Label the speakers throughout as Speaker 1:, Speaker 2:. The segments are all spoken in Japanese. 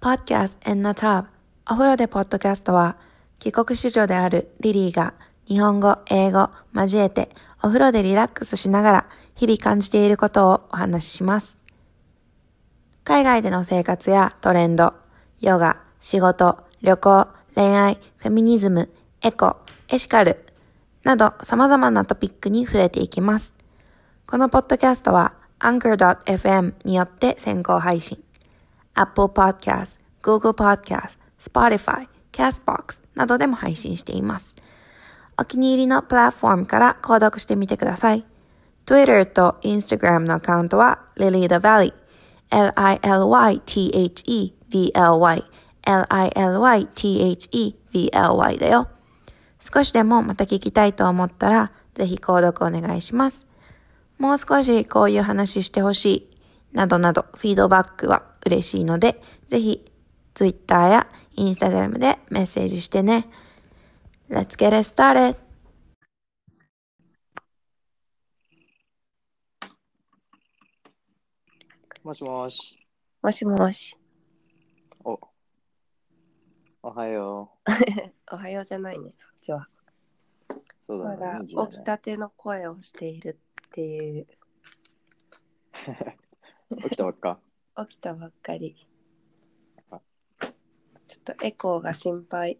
Speaker 1: Podcast and the Tub お風呂でポッドキャストは帰国子女であるリリーが日本語、英語交えてお風呂でリラックスしながら日々感じていることをお話しします。海外での生活やトレンド、ヨガ、仕事、旅行、恋愛、フェミニズム、エコ、エシカルなど様々なトピックに触れていきます。このポッドキャストは Anchor.fm によって先行配信。Apple Podcast、Google Podcast、Spotify、Castbox などでも配信しています。お気に入りのプラットフォームから購読してみてください。Twitter と Instagram のアカウントは Lily the Valley、L-I-L-Y-T-H-E-V-L-Y、L-I-L-Y-T-H-E-V-L-Y だよ。少しでもまた聞きたいと思ったら、ぜひ購読お願いします。もう少しこういう話してほしい、などなどフィードバックは嬉しいので、ぜひ Twitter や Instagram でメッセージしてね。Let's get it started!
Speaker 2: もしもし。
Speaker 3: もしもし。
Speaker 2: お。おはよ
Speaker 3: おはようじゃないね、そっちは。
Speaker 2: う。そう
Speaker 3: ま
Speaker 2: だ
Speaker 3: だ
Speaker 2: ね。
Speaker 3: 起
Speaker 2: 2時
Speaker 3: き
Speaker 2: だね
Speaker 3: たての声をしているっていう、
Speaker 2: 起きたばっか。
Speaker 3: 起きたばっかり。
Speaker 2: あ
Speaker 3: ちょっとエコーが心配。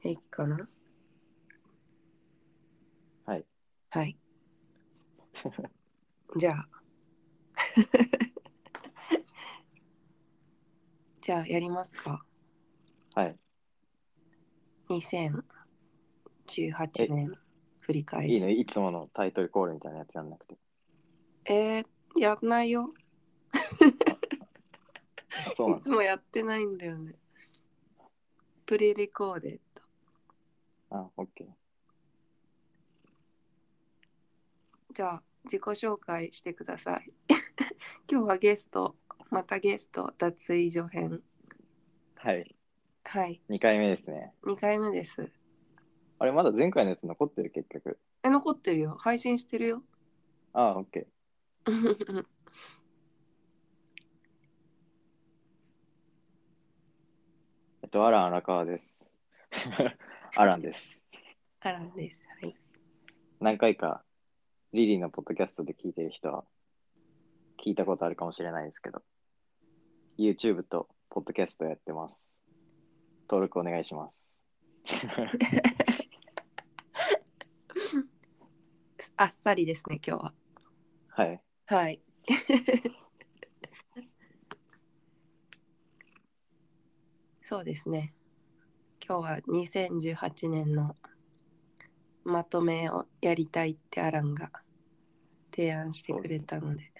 Speaker 3: 平気かな
Speaker 2: はい。
Speaker 3: はい。じゃあ。 じゃあやりますか。
Speaker 2: はい。
Speaker 3: 2018年振り返
Speaker 2: いい
Speaker 3: り。
Speaker 2: のいつものタイトルコールみたいなやつやんなくて。
Speaker 3: えー、やんないよ。
Speaker 2: あそうないんだ
Speaker 3: つもやってないんだよね。プリリコーデッド。
Speaker 2: あ、オッケー。
Speaker 3: じゃあ自己紹介してください。 今日はゲスト、またゲスト、脱衣所編。
Speaker 2: はい。
Speaker 3: はい、
Speaker 2: 2回目ですね。
Speaker 3: 2回目です。
Speaker 2: あれ、まだ前回のやつ残ってる結局。
Speaker 3: え、残ってるよ。配信してるよ。
Speaker 2: あ、オッケー。えっと、アラン荒川です。 アランです。
Speaker 3: アランです。はい。
Speaker 2: 何回かリリーのポッドキャストで聞いてる人は聞いたことあるかもしれないですけど、YouTube とポッドキャストやってます。登録お願いします。
Speaker 3: あっさりですね、今日は。
Speaker 2: はい。
Speaker 3: はい。 そうですね。今日は2018年のまとめをやりたいってアランが提案してくれたので。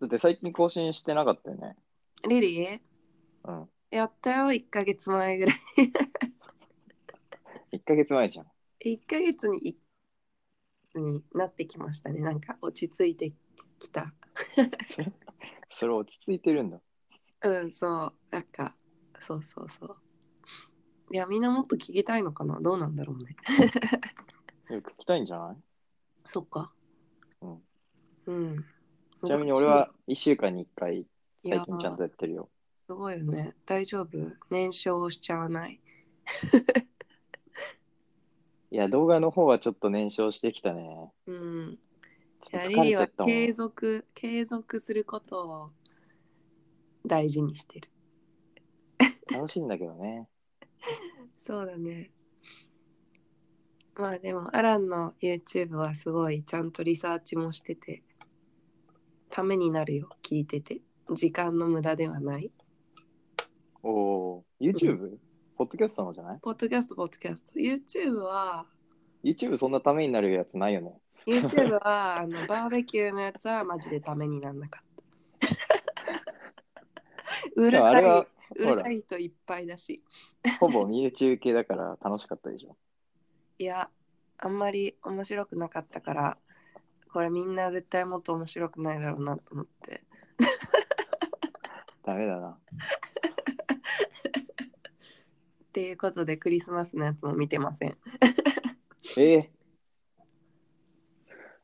Speaker 2: だって最近更新してなかったよね。
Speaker 3: リリー
Speaker 2: うん。
Speaker 3: やったよ、1ヶ月前ぐらい。
Speaker 2: 1ヶ月前じゃん。
Speaker 3: 1ヶ月にいになってきましたね。なんか落ち着いてきた。
Speaker 2: それ落ち着いてるんだ。
Speaker 3: うん、そう。なんか、そうそうそう。いや、みんなもっと聞きたいのかなどうなんだろうね。
Speaker 2: よく聞きたいんじゃない
Speaker 3: そっか。
Speaker 2: うん。
Speaker 3: うん。
Speaker 2: ちなみに俺は1週間に1回最近ちゃんとやってるよ。
Speaker 3: すごいよね。大丈夫。燃焼しちゃわない。
Speaker 2: いや、動画の方はちょっと燃焼してきたね。
Speaker 3: うん。
Speaker 2: ち
Speaker 3: い
Speaker 2: ょっと疲
Speaker 3: やリリ
Speaker 2: れち
Speaker 3: ー
Speaker 2: ゃ
Speaker 3: は
Speaker 2: ったもん。
Speaker 3: 継続、継続することを大事にしてる。
Speaker 2: 楽しいんだけどね。
Speaker 3: そうだね。まあでも、アランの YouTube はすごいちゃんとリサーチもしてて、ためになるよ、聞いてて。時間の無駄ではない。
Speaker 2: おおー、YouTube?、ポッドキャストの方じゃない
Speaker 3: ポッドキャスト、ポッドキャスト。YouTube は、
Speaker 2: ?YouTube そんなためになるやつないよね。
Speaker 3: YouTube はあのバーベキューのやつはマジでためになんなかった。うる
Speaker 2: でもあ
Speaker 3: さ
Speaker 2: れ
Speaker 3: い、
Speaker 2: は
Speaker 3: う
Speaker 2: ほ
Speaker 3: る
Speaker 2: ら
Speaker 3: さ、い人いっぱいだし。
Speaker 2: ほぼ身内受けだから楽しかったでしょ。
Speaker 3: いや、あんまり面白くなかったから、これみんな絶対もっと面白くないだろうなと思って。
Speaker 2: ダメだな。
Speaker 3: っていうことでクリスマスのやつも見てません。
Speaker 2: えー、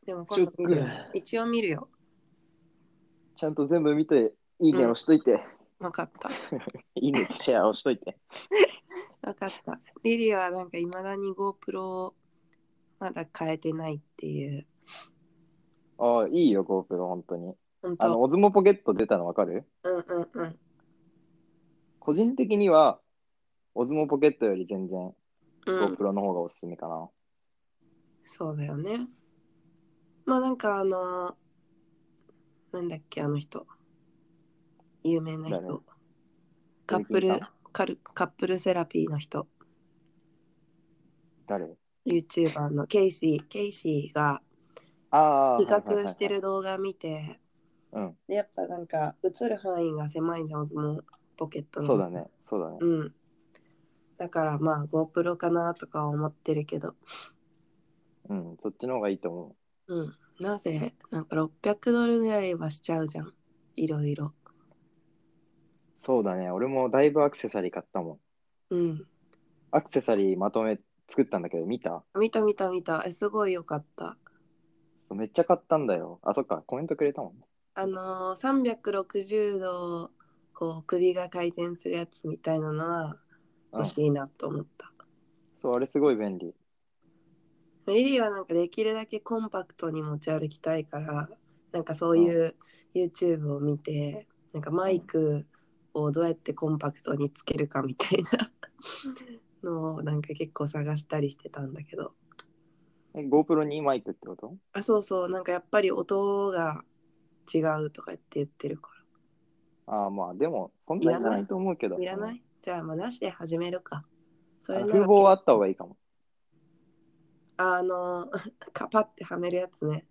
Speaker 3: でも今度見るよ一応見るよ。
Speaker 2: ちゃんと全部見て、いいねをしといて、
Speaker 3: 分かった。
Speaker 2: いいね、シェアをしといて。
Speaker 3: 分かった。リリーはなんかいまだに GoPro をまだ変えてないっていう。
Speaker 2: ああ、いいよ、GoPro、本当に。
Speaker 3: 本
Speaker 2: あの、
Speaker 3: 当
Speaker 2: オズモポケット出たのわかる
Speaker 3: うんうんうん。
Speaker 2: 個人的には、オズモポケットより全然
Speaker 3: うん、
Speaker 2: GoPro の方がおすすめかな。
Speaker 3: そうだよね。まあなんかあのーなんだっけあの人。有名な
Speaker 2: 誰
Speaker 3: 人。カップ
Speaker 2: フィリ
Speaker 3: ル
Speaker 2: ピンさん
Speaker 3: カルカップルセラピーの人。
Speaker 2: 誰
Speaker 3: YouTuber のケイシー、ケイシーが
Speaker 2: ああ、
Speaker 3: 比
Speaker 2: はいはいはいは
Speaker 3: 較
Speaker 2: い
Speaker 3: してる。動画見て、
Speaker 2: うん、
Speaker 3: でやっぱなんか映る範囲が狭いじゃん、ズモポケットの。
Speaker 2: そうだね、そうだね。
Speaker 3: うん。だからまあ GoPro かなとか思ってるけど、
Speaker 2: うん、そっちの方がいいと思う。
Speaker 3: うん。なぜ、なんか600ドルぐらいはしちゃうじゃん。いろいろ。
Speaker 2: そうだね、俺もだいぶアクセサリー買ったもん。
Speaker 3: うん。
Speaker 2: アクセサリーまとめ作ったんだけど、見た
Speaker 3: 見た見た見た。え、すごいよかった。
Speaker 2: そうめっちゃ買ったんだよ。あ、そっか、コメントくれたもんね。
Speaker 3: あのー、360度、こう首が回転するやつみたいなのは
Speaker 2: うん、
Speaker 3: 欲し
Speaker 2: そ
Speaker 3: いなと思った。
Speaker 2: う、あれすごい便利。
Speaker 3: リリーはなんかできるだけコンパクトに持ち歩きたいからなんかそういう YouTube を見てなんかマイクをどうやってコンパクトにつけるかみたいなのをなんか結構探したりしてたんだけど
Speaker 2: え、GoPro にマイクってこと
Speaker 3: あそうそうなんかやっぱり音が違うとかって言ってるか
Speaker 2: ああ、まあ、でも、そんなにいらないと思うけど。
Speaker 3: らいらないじゃあまあなしで始めるかそ
Speaker 2: うんあ
Speaker 3: れ
Speaker 2: の
Speaker 3: な
Speaker 2: 風
Speaker 3: ら
Speaker 2: 貌はあった方がいいかも。
Speaker 3: あの カパってはめるやつね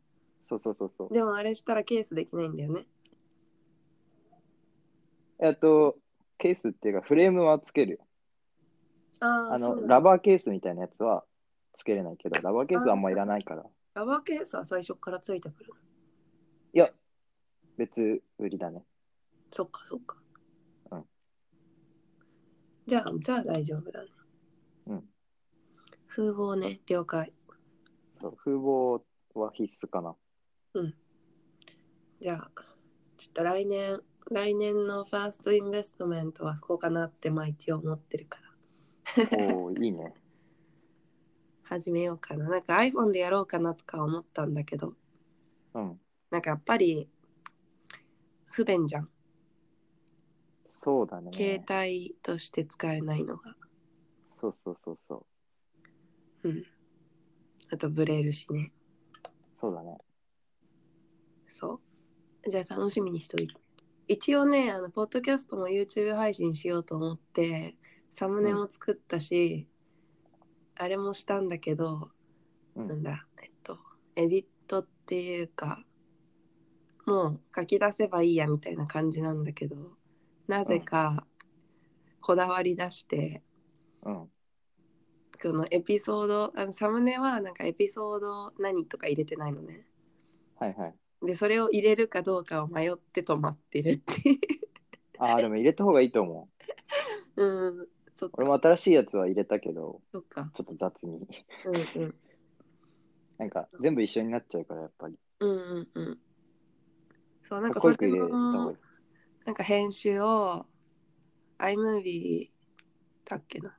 Speaker 2: そうそうそうそう。
Speaker 3: でもあれしたらケースできないんだよね
Speaker 2: えっと、ケースっていうか、フレームはつけるよ。
Speaker 3: あー
Speaker 2: あ
Speaker 3: そうなん
Speaker 2: の、
Speaker 3: だ
Speaker 2: ラバーケースみたいなやつはつけれないけど、ラバーケースはあんまいらないから。
Speaker 3: ラバーケースは最初からついてくる。
Speaker 2: いや、別売りだね。
Speaker 3: そっかそっか。
Speaker 2: うん
Speaker 3: じゃあ、じゃあ大丈夫だね。
Speaker 2: うん。
Speaker 3: 風貌ね、了解。
Speaker 2: そう風貌は必須 かな。
Speaker 3: じゃあ、ちょっと来年、来年のファーストインベストメントはそこかなって、まあ一応思ってるから、
Speaker 2: おお、いいね。
Speaker 3: 始めようかな。なんか iPhone でやろうかなとか思ったんだけど、
Speaker 2: うん。
Speaker 3: なんかやっぱり、不便じゃん。
Speaker 2: そうだね。
Speaker 3: 携帯として使えないのが。
Speaker 2: そうそうそうそう。
Speaker 3: うん。あと、ブレるしね。
Speaker 2: そうだね。
Speaker 3: そう。じゃあ楽しみにしといて。一応ね、あの、ポッドキャストも YouTube 配信しようと思って、サムネも作ったし、あれもしたんだけど、
Speaker 2: うん
Speaker 3: なんだ、えっと、エディットっていうか、もう書き出せばいいやみたいな感じなんだけど、なぜかこだわり出して、
Speaker 2: うん。
Speaker 3: そのエピソード、あのサムネはなんかエピソード何とか入れてないのね。
Speaker 2: はいはい。
Speaker 3: でそれを入れるかどうかを迷って止まってるっていう
Speaker 2: ああ、でも入れた方がいいと思う。
Speaker 3: うん そっ
Speaker 2: 俺も
Speaker 3: か
Speaker 2: 新しいやつは入れたけど、
Speaker 3: そっか
Speaker 2: ちょっと雑に。
Speaker 3: うんうん
Speaker 2: なんか、全部一緒になっちゃうから、やっぱり。
Speaker 3: うんうんうんそうなん
Speaker 2: か
Speaker 3: か
Speaker 2: っこ
Speaker 3: そ
Speaker 2: よく
Speaker 3: れ
Speaker 2: 入れた方が
Speaker 3: も
Speaker 2: いい。
Speaker 3: なんか編集を iMovie だっけな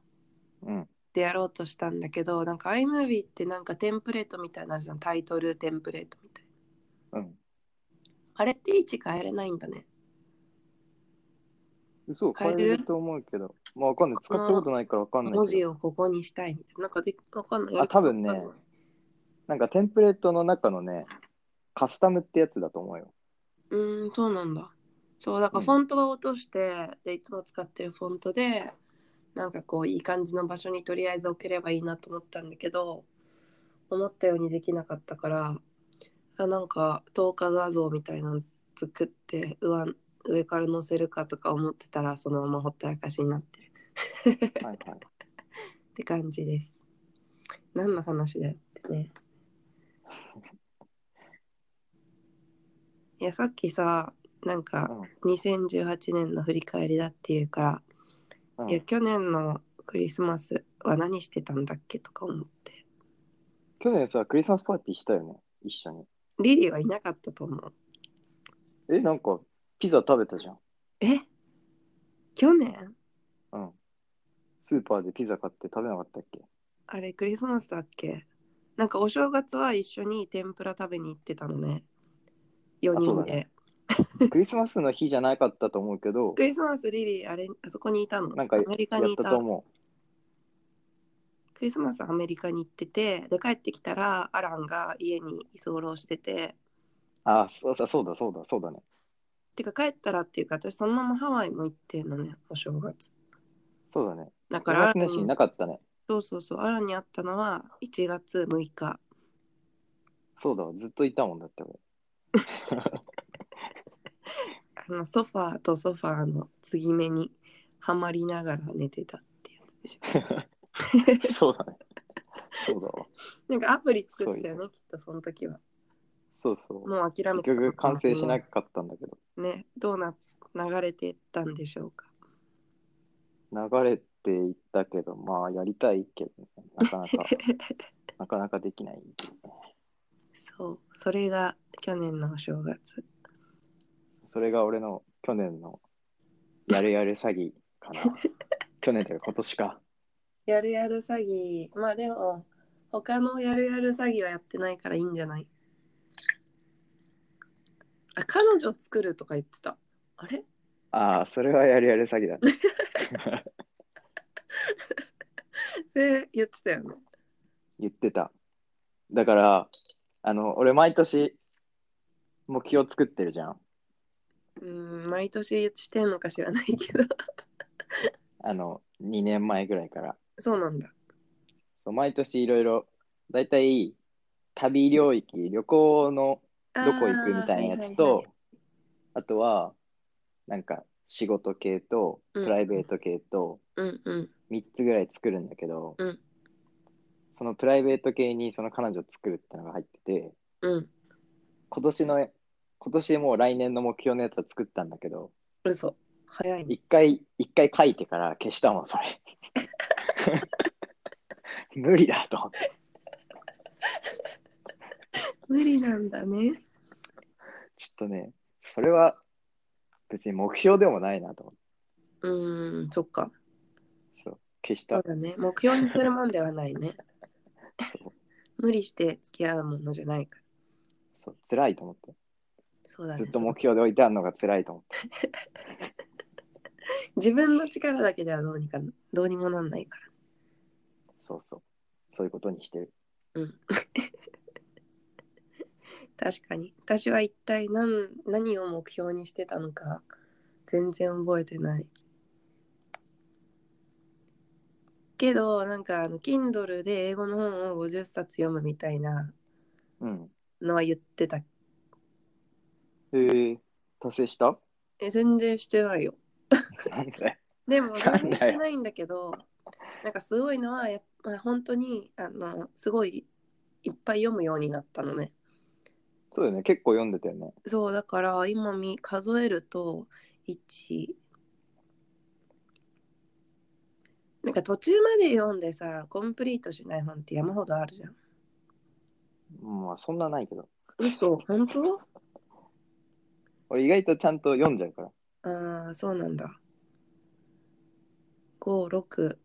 Speaker 2: うん。
Speaker 3: でやろうとしたんだけどなんか iMovie ってなんかテンプレートみたいなのあるじゃんタイトルテンプレートみたいな
Speaker 2: うん。
Speaker 3: あれって位置変えれないんだね
Speaker 2: 嘘、変
Speaker 3: 変
Speaker 2: え
Speaker 3: える
Speaker 2: れると思うけど。まあ、わかんない。使ったことないからわかんない
Speaker 3: 文
Speaker 2: け
Speaker 3: 字
Speaker 2: ど。
Speaker 3: をここにしたいみたいななんかでわかんない
Speaker 2: あ多分ね
Speaker 3: わかんない
Speaker 2: なんか、テンプレートの中のね、カスタムってやつだと思うよ。
Speaker 3: うーん、そうなんだ。そう、だか
Speaker 2: うん
Speaker 3: らフォントは落として、で、いつも使ってるフォントで、なんかこう、いい感じの場所にとりあえず置ければいいなと思ったんだけど、思ったようにできなかったから、あなんか、透過画像みたいなの作って、上上から載せるかとか思ってたら、そのままほったらかしになってる
Speaker 2: はいはい。
Speaker 3: って感じです。何の話だよっ てね。いや、さっきさ、なんか、2018年の振り返りだっていうか
Speaker 2: う
Speaker 3: ら、
Speaker 2: ん。う
Speaker 3: いや
Speaker 2: ん、
Speaker 3: 去年のクリスマスは何してたんだっけとか思って
Speaker 2: 去年さ、クリスマスパーティーしたよね。一緒に。
Speaker 3: リリーはいなかったと思う。
Speaker 2: え、なんか、ピザ食べたじゃん。
Speaker 3: え去年
Speaker 2: うん。スーパーでピザ買って食べなかったっけ
Speaker 3: あれクリスマスだっけなんかお正月は一緒に天ぷら食べに行ってたのね。4
Speaker 2: あそう
Speaker 3: 人
Speaker 2: だ
Speaker 3: で。
Speaker 2: ねクリスマスの日じゃなかったと思うけど
Speaker 3: ク、リスマスリリーあれあそこにいたの。
Speaker 2: なんか
Speaker 3: ア
Speaker 2: や
Speaker 3: メリカに
Speaker 2: っ
Speaker 3: い
Speaker 2: た
Speaker 3: た
Speaker 2: と。思
Speaker 3: クリスマスアメリカに行っててで帰ってきたらアランが家に居候してて
Speaker 2: う。あ、そうそうそうだ、そうだ、そうだね。
Speaker 3: てか帰ったらっていうか私そのままハワイも行ってんのねお正月
Speaker 2: そうだね。
Speaker 3: だか
Speaker 2: 年
Speaker 3: らア
Speaker 2: 末
Speaker 3: ラン
Speaker 2: 年始い
Speaker 3: に
Speaker 2: なかったね。
Speaker 3: そうそうそうアランに会ったのは1月6日
Speaker 2: そうだわ、ずっといたもんだって俺。
Speaker 3: あのソファーとソファーの継ぎ目にはまりながら寝てたってやつでしょ
Speaker 2: そうだね。そうだわ。
Speaker 3: なんかアプリ作ってたよねきっとその時は
Speaker 2: そうそう。
Speaker 3: もう諦
Speaker 2: 結
Speaker 3: めてた
Speaker 2: 局完成しなかったんだけど、
Speaker 3: ねどうな流れてったんでしょうか
Speaker 2: 流れていったけど、まあやりたいけど、ね、なかなか、なかなかできない。
Speaker 3: そうそれが去年のお正月
Speaker 2: それが俺の去年のやれやれ詐欺かな。去年というか今年か。
Speaker 3: やるやる詐欺まあでも他のやるやる詐欺はやってないからいいんじゃないあ彼女作るとか言ってたあれ
Speaker 2: ああ、それはやれやれ詐欺だね。
Speaker 3: それ言ってたよね
Speaker 2: 言ってた。だから、あの、俺毎年目標作ってるじゃん。
Speaker 3: うん毎年してんのか知らないけど
Speaker 2: あの、2年前ぐらいから。
Speaker 3: そうなんだ
Speaker 2: そう毎年いろいろ、だいたい旅領域、旅行のどこ行くみたいなやつと、
Speaker 3: あーはいはいはい
Speaker 2: あとは、なんか仕事系と
Speaker 3: うん
Speaker 2: プライベート系と
Speaker 3: うんうん
Speaker 2: 3つぐらい作るんだけど、
Speaker 3: うん
Speaker 2: そのプライベート系にその彼女作るってのが入ってて、
Speaker 3: うん
Speaker 2: 今年の、今年もう来年の目標のやつは作ったんだけど、
Speaker 3: 嘘早いね
Speaker 2: 一回、一回書いてから消したもん、それ。 無理だと思って。
Speaker 3: 無理なんだね
Speaker 2: ちょっとね、それは別に目標でもないなと思って。
Speaker 3: うんそっか
Speaker 2: そう消し
Speaker 3: そ
Speaker 2: た
Speaker 3: う。だね目標にするもんではないね
Speaker 2: そう
Speaker 3: 無理して付き合うものじゃないから
Speaker 2: そう辛いと思って。
Speaker 3: そうだね
Speaker 2: ずっと目標で置いてあるのが辛いと思って。
Speaker 3: 自分の力だけではどうにかどうにもなんないか
Speaker 2: そうそう。そういうことにしてる。
Speaker 3: ら確かに私は一体何何を目標にしてたのか全然覚えてないけどなんかあの Kindle で英語の本を50冊読むみたいな
Speaker 2: うん。
Speaker 3: のは言ってた
Speaker 2: えー、達成 した
Speaker 3: え全然してないよ
Speaker 2: なんだよ。
Speaker 3: でも全
Speaker 2: なんだ
Speaker 3: 然
Speaker 2: よ
Speaker 3: してないんだけどなんかすごいのはやっぱ本当にあのすごいいっぱい読むようになったのね
Speaker 2: そうだよね。結構読んでたよね。
Speaker 3: そうだから今み数えると1なんか途中まで読んでさコンプリートしない本って山ほどあるじゃん
Speaker 2: まあそんなないけど。
Speaker 3: 嘘本当
Speaker 2: 俺意外とちゃんと読んじゃうから。
Speaker 3: ああそうなんだ56789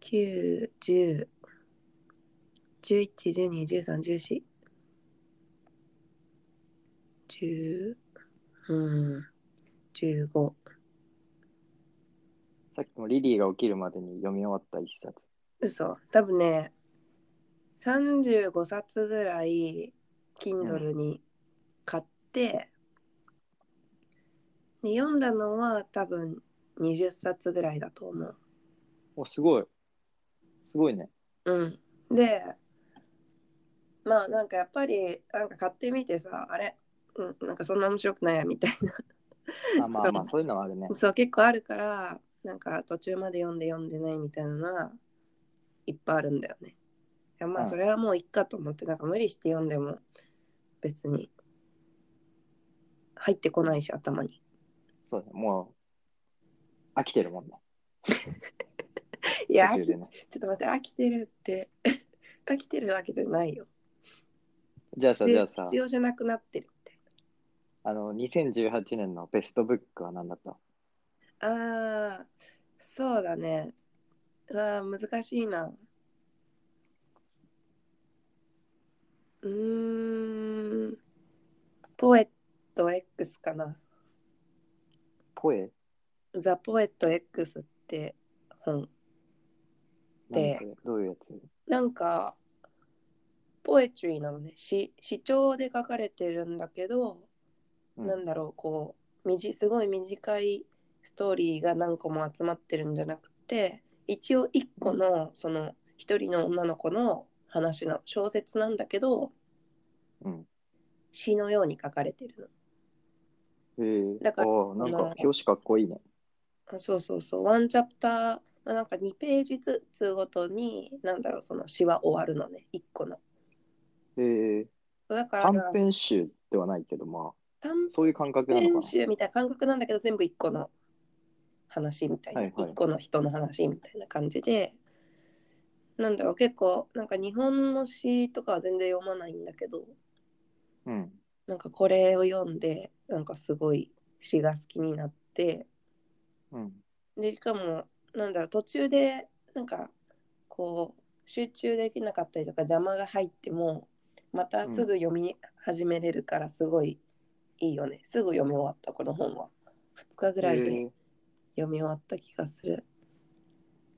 Speaker 3: 十十一十二十三十四十うん十五
Speaker 2: さっきもリリーが起きるまでに読み終わった一冊。
Speaker 3: 嘘多分ね35冊ぐらい Kindle に買って、で読んだのは多分20冊ぐらいだと思う。
Speaker 2: お、すごい。すごいね。
Speaker 3: うん、でまあなんかやっぱりなんか買ってみてさあれ、うん、なんかそんな面白くないやみたい
Speaker 2: あまあまあ、そういうのはあるね
Speaker 3: な。そう結構あるからなんか途中まで読んで読んでないみたいなのはいっぱいあるんだよね。いやまあ
Speaker 2: うん
Speaker 3: それはもういっかと思ってなんか無理して読んでも別に入ってこないし頭に。
Speaker 2: そうだね。もう、飽きてるもんね。
Speaker 3: いいや
Speaker 2: 途中でね。
Speaker 3: ちょっと待って、飽きてるって。 飽きてるわけじゃないよ。
Speaker 2: じゃあさ、じゃ
Speaker 3: で
Speaker 2: あさ
Speaker 3: 必、要じゃなくなってるみたい
Speaker 2: あの、2018年のベストブックは何だった
Speaker 3: な。ああ、そうだね。うわあ、難しいな。うーん。ポエット X かな。
Speaker 2: ポエ
Speaker 3: ザ・ポエット X って本。で
Speaker 2: なんてどういうやつ
Speaker 3: なんか、ポエチュリーなのね。詩詩調で書かれてるんだけど、
Speaker 2: うん
Speaker 3: なんだろうこうみじすごい短いストーリーが何個も集まってるんじゃなくて一応一個のその一人の女の子の話の小説なんだけど
Speaker 2: うん。
Speaker 3: 詩のように書かれてるの
Speaker 2: えー、
Speaker 3: だから
Speaker 2: あーなんか
Speaker 3: あの
Speaker 2: 表紙かっこいいね。
Speaker 3: あそうそうそうワンチャプターまあなんか2ページずつごとになんだろうその詩は終わるのね1個の
Speaker 2: えー、
Speaker 3: そうだから
Speaker 2: 短編集ではないけど、まあ、
Speaker 3: 短
Speaker 2: そういう感覚なの
Speaker 3: 編
Speaker 2: か
Speaker 3: 集みたいな感覚なんだけど全部1個の話みたいな、
Speaker 2: は
Speaker 3: 一
Speaker 2: いはい
Speaker 3: 1個の人の話みたいな感じでなんだろう結構なんか日本の詩とかは全然読まないんだけど
Speaker 2: な。うん。
Speaker 3: なんかこれを読んでなんかすごい詩が好きになって
Speaker 2: うん。
Speaker 3: でしかもなんだろう途中でなんかこう集中できなかったりとか邪魔が入ってもまたすぐ読み始めれるからすごいいいよね、すぐ読み終わったこの本は2日ぐらい
Speaker 2: え
Speaker 3: で
Speaker 2: ー
Speaker 3: 読み終わった気がする、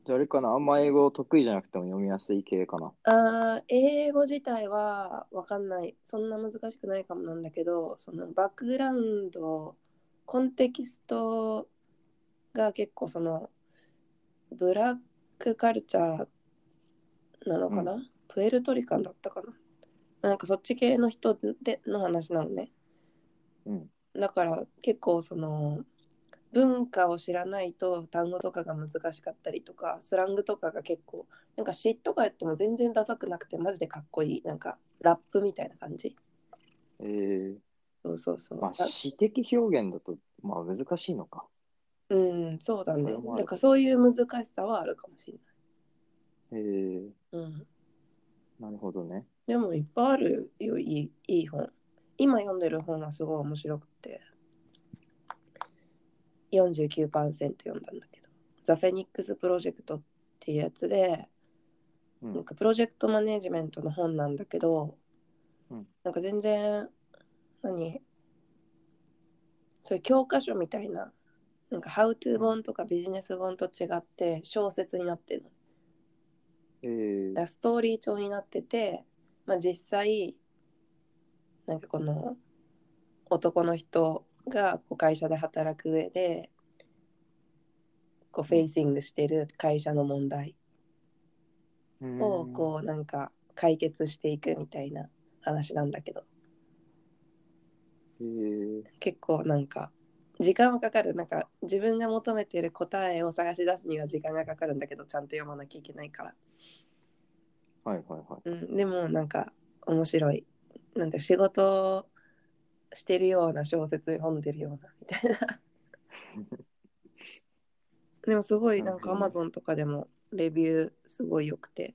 Speaker 2: じゃああれかな、あんま英語得意じゃなくても読みやすい系かな。
Speaker 3: あー英語自体はわかんないそんな難しくないかもなんだけどそのバックグラウンドコンテキストが結構そのブラックカルチャーなのかな、
Speaker 2: う
Speaker 3: プエルトリカンだったかななんかそっち系の人での話なのね
Speaker 2: うん。
Speaker 3: だから結構その文化を知らないと単語とかが難しかったりとかスラングとかが結構なんか詩とかやっても全然ダサくなくてマジでかっこいいなんかラップみたいな感じ
Speaker 2: えー、
Speaker 3: そうそうそう、
Speaker 2: まあ、詩的表現だと、まあ、難しいのか。
Speaker 3: あうんそうだ
Speaker 2: そ
Speaker 3: ね
Speaker 2: れもある
Speaker 3: なんかそういう難しさはあるかもしれ
Speaker 2: えー、
Speaker 3: ない、うん、
Speaker 2: なるほどね。
Speaker 3: でもいっぱいあるよいいいい本今読んでる本はすごい面白くて49%読んだんだけど「ザ・フェニックス・プロジェクト」っていうやつで
Speaker 2: うん
Speaker 3: なんかプロジェクトマネジメントの本なんだけど、
Speaker 2: うん
Speaker 3: なんか全然何そういう教科書みたいななんかハウトゥー本とかビジネス本と違って小説になってるの
Speaker 2: えー
Speaker 3: だからストーリー調になってて、まあ、実際なんかこの男の人がこう会社で働く上でこうフェイシングしてる会社の問題を
Speaker 2: うん
Speaker 3: こうなんか解決していくみたいな話なんだけど
Speaker 2: えー
Speaker 3: 結構なんか時間はかかるなんか自分が求めてる答えを探し出すには時間がかかるんだけどちゃんと読まなきゃいけないから、
Speaker 2: はいはいはい。
Speaker 3: うん、でもなんか面白いなんて仕事してるような小説読んでるようなみたいな でもすごいなんかア
Speaker 2: な
Speaker 3: マ
Speaker 2: るほ
Speaker 3: ゾンとかでもレビューすごい良くて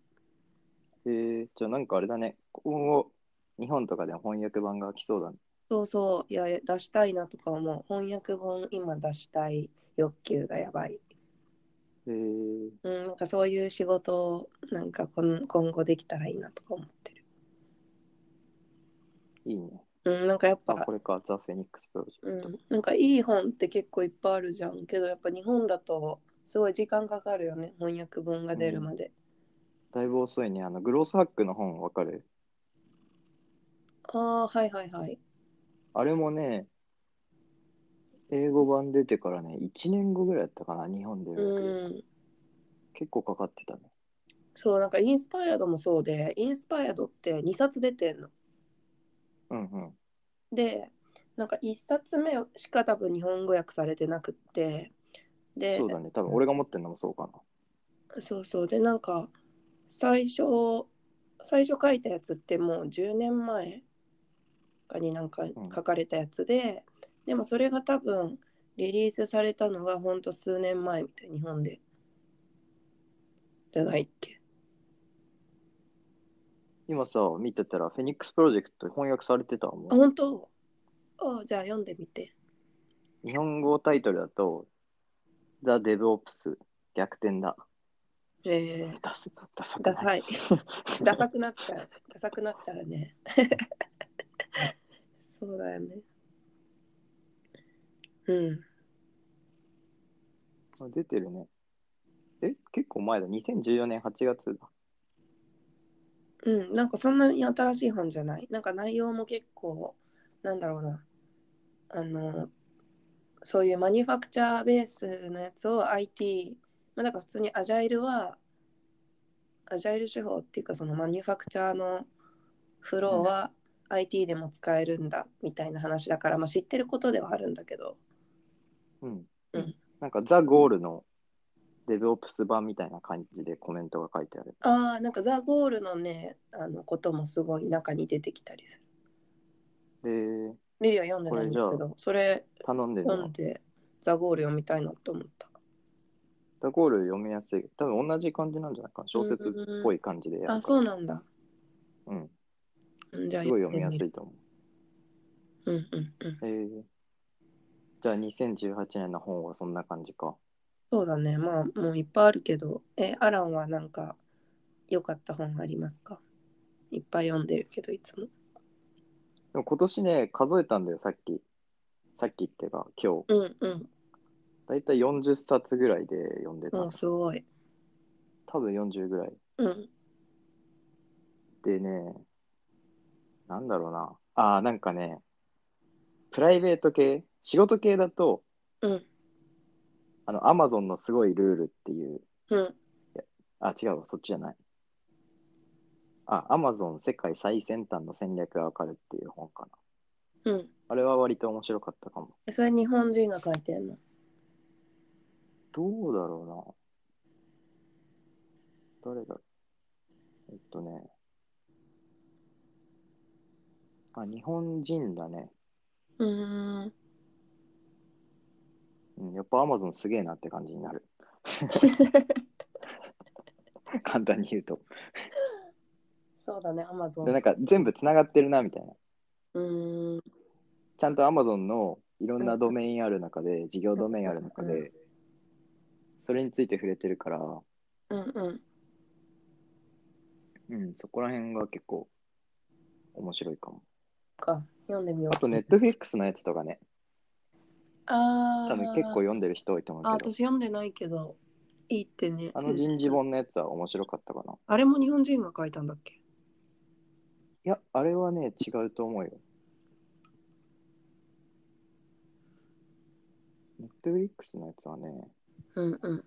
Speaker 2: えー、じゃあなんかあれだね、今後、日本とかでも翻訳版が来そうだね。
Speaker 3: そうそう、いや、出したいなとか思う。翻訳本、今出したい欲求がやばい。
Speaker 2: えー、
Speaker 3: うん、なんかそういう仕事を、なんかこん今後できたらいいなとか思ってる。
Speaker 2: いいね。
Speaker 3: うん、なんかやっ
Speaker 2: あ、
Speaker 3: ぱ
Speaker 2: こ、れか、ザ・フェニックス・プロジェク
Speaker 3: うん、なんかいい本って結構いっぱいあるじゃん。けどやっぱ日本だと、すごい時間かかるよね。翻訳本が出るまで。
Speaker 2: ト。だいぶ遅いね。あの、グロースハックの本わかる
Speaker 3: ああ、はいはいはい。
Speaker 2: あれもね、英語版出てからね、1年後ぐらいだったかな、日本でようやく。
Speaker 3: うん。
Speaker 2: 結構かかってたね。
Speaker 3: そう、なんかインスパイアドもそうで、インスパイアドって2冊出てんの。
Speaker 2: うんうん。
Speaker 3: でなんか1冊目しか多分日本語訳されてなくってで
Speaker 2: そうだね。多分俺が持ってるのもそうか
Speaker 3: そうそうでなんか最初最初書いたやつってもう10年前かになんか
Speaker 2: ん
Speaker 3: 書かれたやつで、でもそれが多分リリースされたのがほんと数年前みたい日本でじゃないっけ
Speaker 2: 今さ、見てたら、フェニックスプロジェクト翻訳されてたも
Speaker 3: あ、
Speaker 2: ん。
Speaker 3: 本当あじゃあ読んでみて。
Speaker 2: 日本語タイトルだと、ザ・デブオプス、逆転だ。
Speaker 3: えー、
Speaker 2: ダスダサくない
Speaker 3: ダサい。ダサくなっちゃう。ダサくなっちゃうね。そうだよね。うん。
Speaker 2: あ 出てるね。え、結構前だ。2014年8月だ。
Speaker 3: うん、なんかそんなに新しい本じゃない。なんか内容も結構、なんだろうな。あの、そういうマニファクチャーベースのやつを IT、まあ、なんか普通にアジャイルは、アジャイル手法っていうかそのマニファクチャーのフローは IT でも使えるんだみたいな話だから、まあ知ってることではあるんだけど。
Speaker 2: うん。
Speaker 3: うん
Speaker 2: なんか、ザ・ゴールのデブオプス版みたいな感じでコメントが書いてある。
Speaker 3: ああ、なんかザ・ゴールのね、あのこともすごい中に出てきたりする。
Speaker 2: で、
Speaker 3: リリは読んでないんだ
Speaker 2: こ
Speaker 3: け
Speaker 2: れじ
Speaker 3: ど、それ
Speaker 2: 頼んでる
Speaker 3: 読
Speaker 2: の
Speaker 3: ん。でザ・ゴール読みたいなと思った。
Speaker 2: ザ・ゴール読みやすい。多分同じ感じなんじゃないかな。小説っぽい感じでやるから
Speaker 3: あ、そうなんだ。
Speaker 2: うん。
Speaker 3: うん
Speaker 2: す
Speaker 3: じゃあ
Speaker 2: ごい読みやす
Speaker 3: い。
Speaker 2: いと思う。
Speaker 3: うんうんうん。
Speaker 2: えー、じゃあ2018年の本はそんな感じか。
Speaker 3: そうだね。まあもういっぱいあるけど、え、アランはなんか良かった本ありますかいっぱい読んでるけど、いつも。
Speaker 2: でも今年ね、数えたんだよ、さっき。さっきっていうか、今日。
Speaker 3: うんうん。
Speaker 2: だいたい40冊ぐらいで読んでた。
Speaker 3: もうすごい。
Speaker 2: 多分40ぐらい。
Speaker 3: うん
Speaker 2: でね、なんだろうな。ああ、なんかね、プライベート系、仕事系だと、
Speaker 3: うん
Speaker 2: あの、アマゾンのすごいルールっていう、
Speaker 3: うん。
Speaker 2: あ、違うわ、そっちじゃない。あ、アマゾン世界最先端の戦略がわかるっていう本かな。
Speaker 3: うん。
Speaker 2: あれは割と面白かったかも。
Speaker 3: えそれ日本人が書いてるの。
Speaker 2: どうだろうな。誰だえっとね。あ、日本人だね。
Speaker 3: うーん。
Speaker 2: うん、やっぱアマゾンすげえなって感じにな る。簡単に言うと。
Speaker 3: そうだね、アマゾン。
Speaker 2: で、なんか全部つながってるなみたいな。
Speaker 3: うーん。
Speaker 2: ちゃんと Amazon のいろんなドメインある中で、事業ドメインある中
Speaker 3: うんうんう
Speaker 2: で、それについて触れてるから、
Speaker 3: うんうん。
Speaker 2: うん、そこら辺が結構面白いかも。
Speaker 3: か。読んでみよう。
Speaker 2: あと、Netflix のやつとかね、
Speaker 3: ああ。
Speaker 2: 多分結構読んでる人多いと思
Speaker 3: あ、
Speaker 2: うけど、
Speaker 3: 私読んでないけど、いいってね。
Speaker 2: あの人事本のやつは面白かったかな。い
Speaker 3: あれも日本人が書いたんだっけ
Speaker 2: や、あれはね、違うと思うよ。Netflix のやつはね、
Speaker 3: うんうん。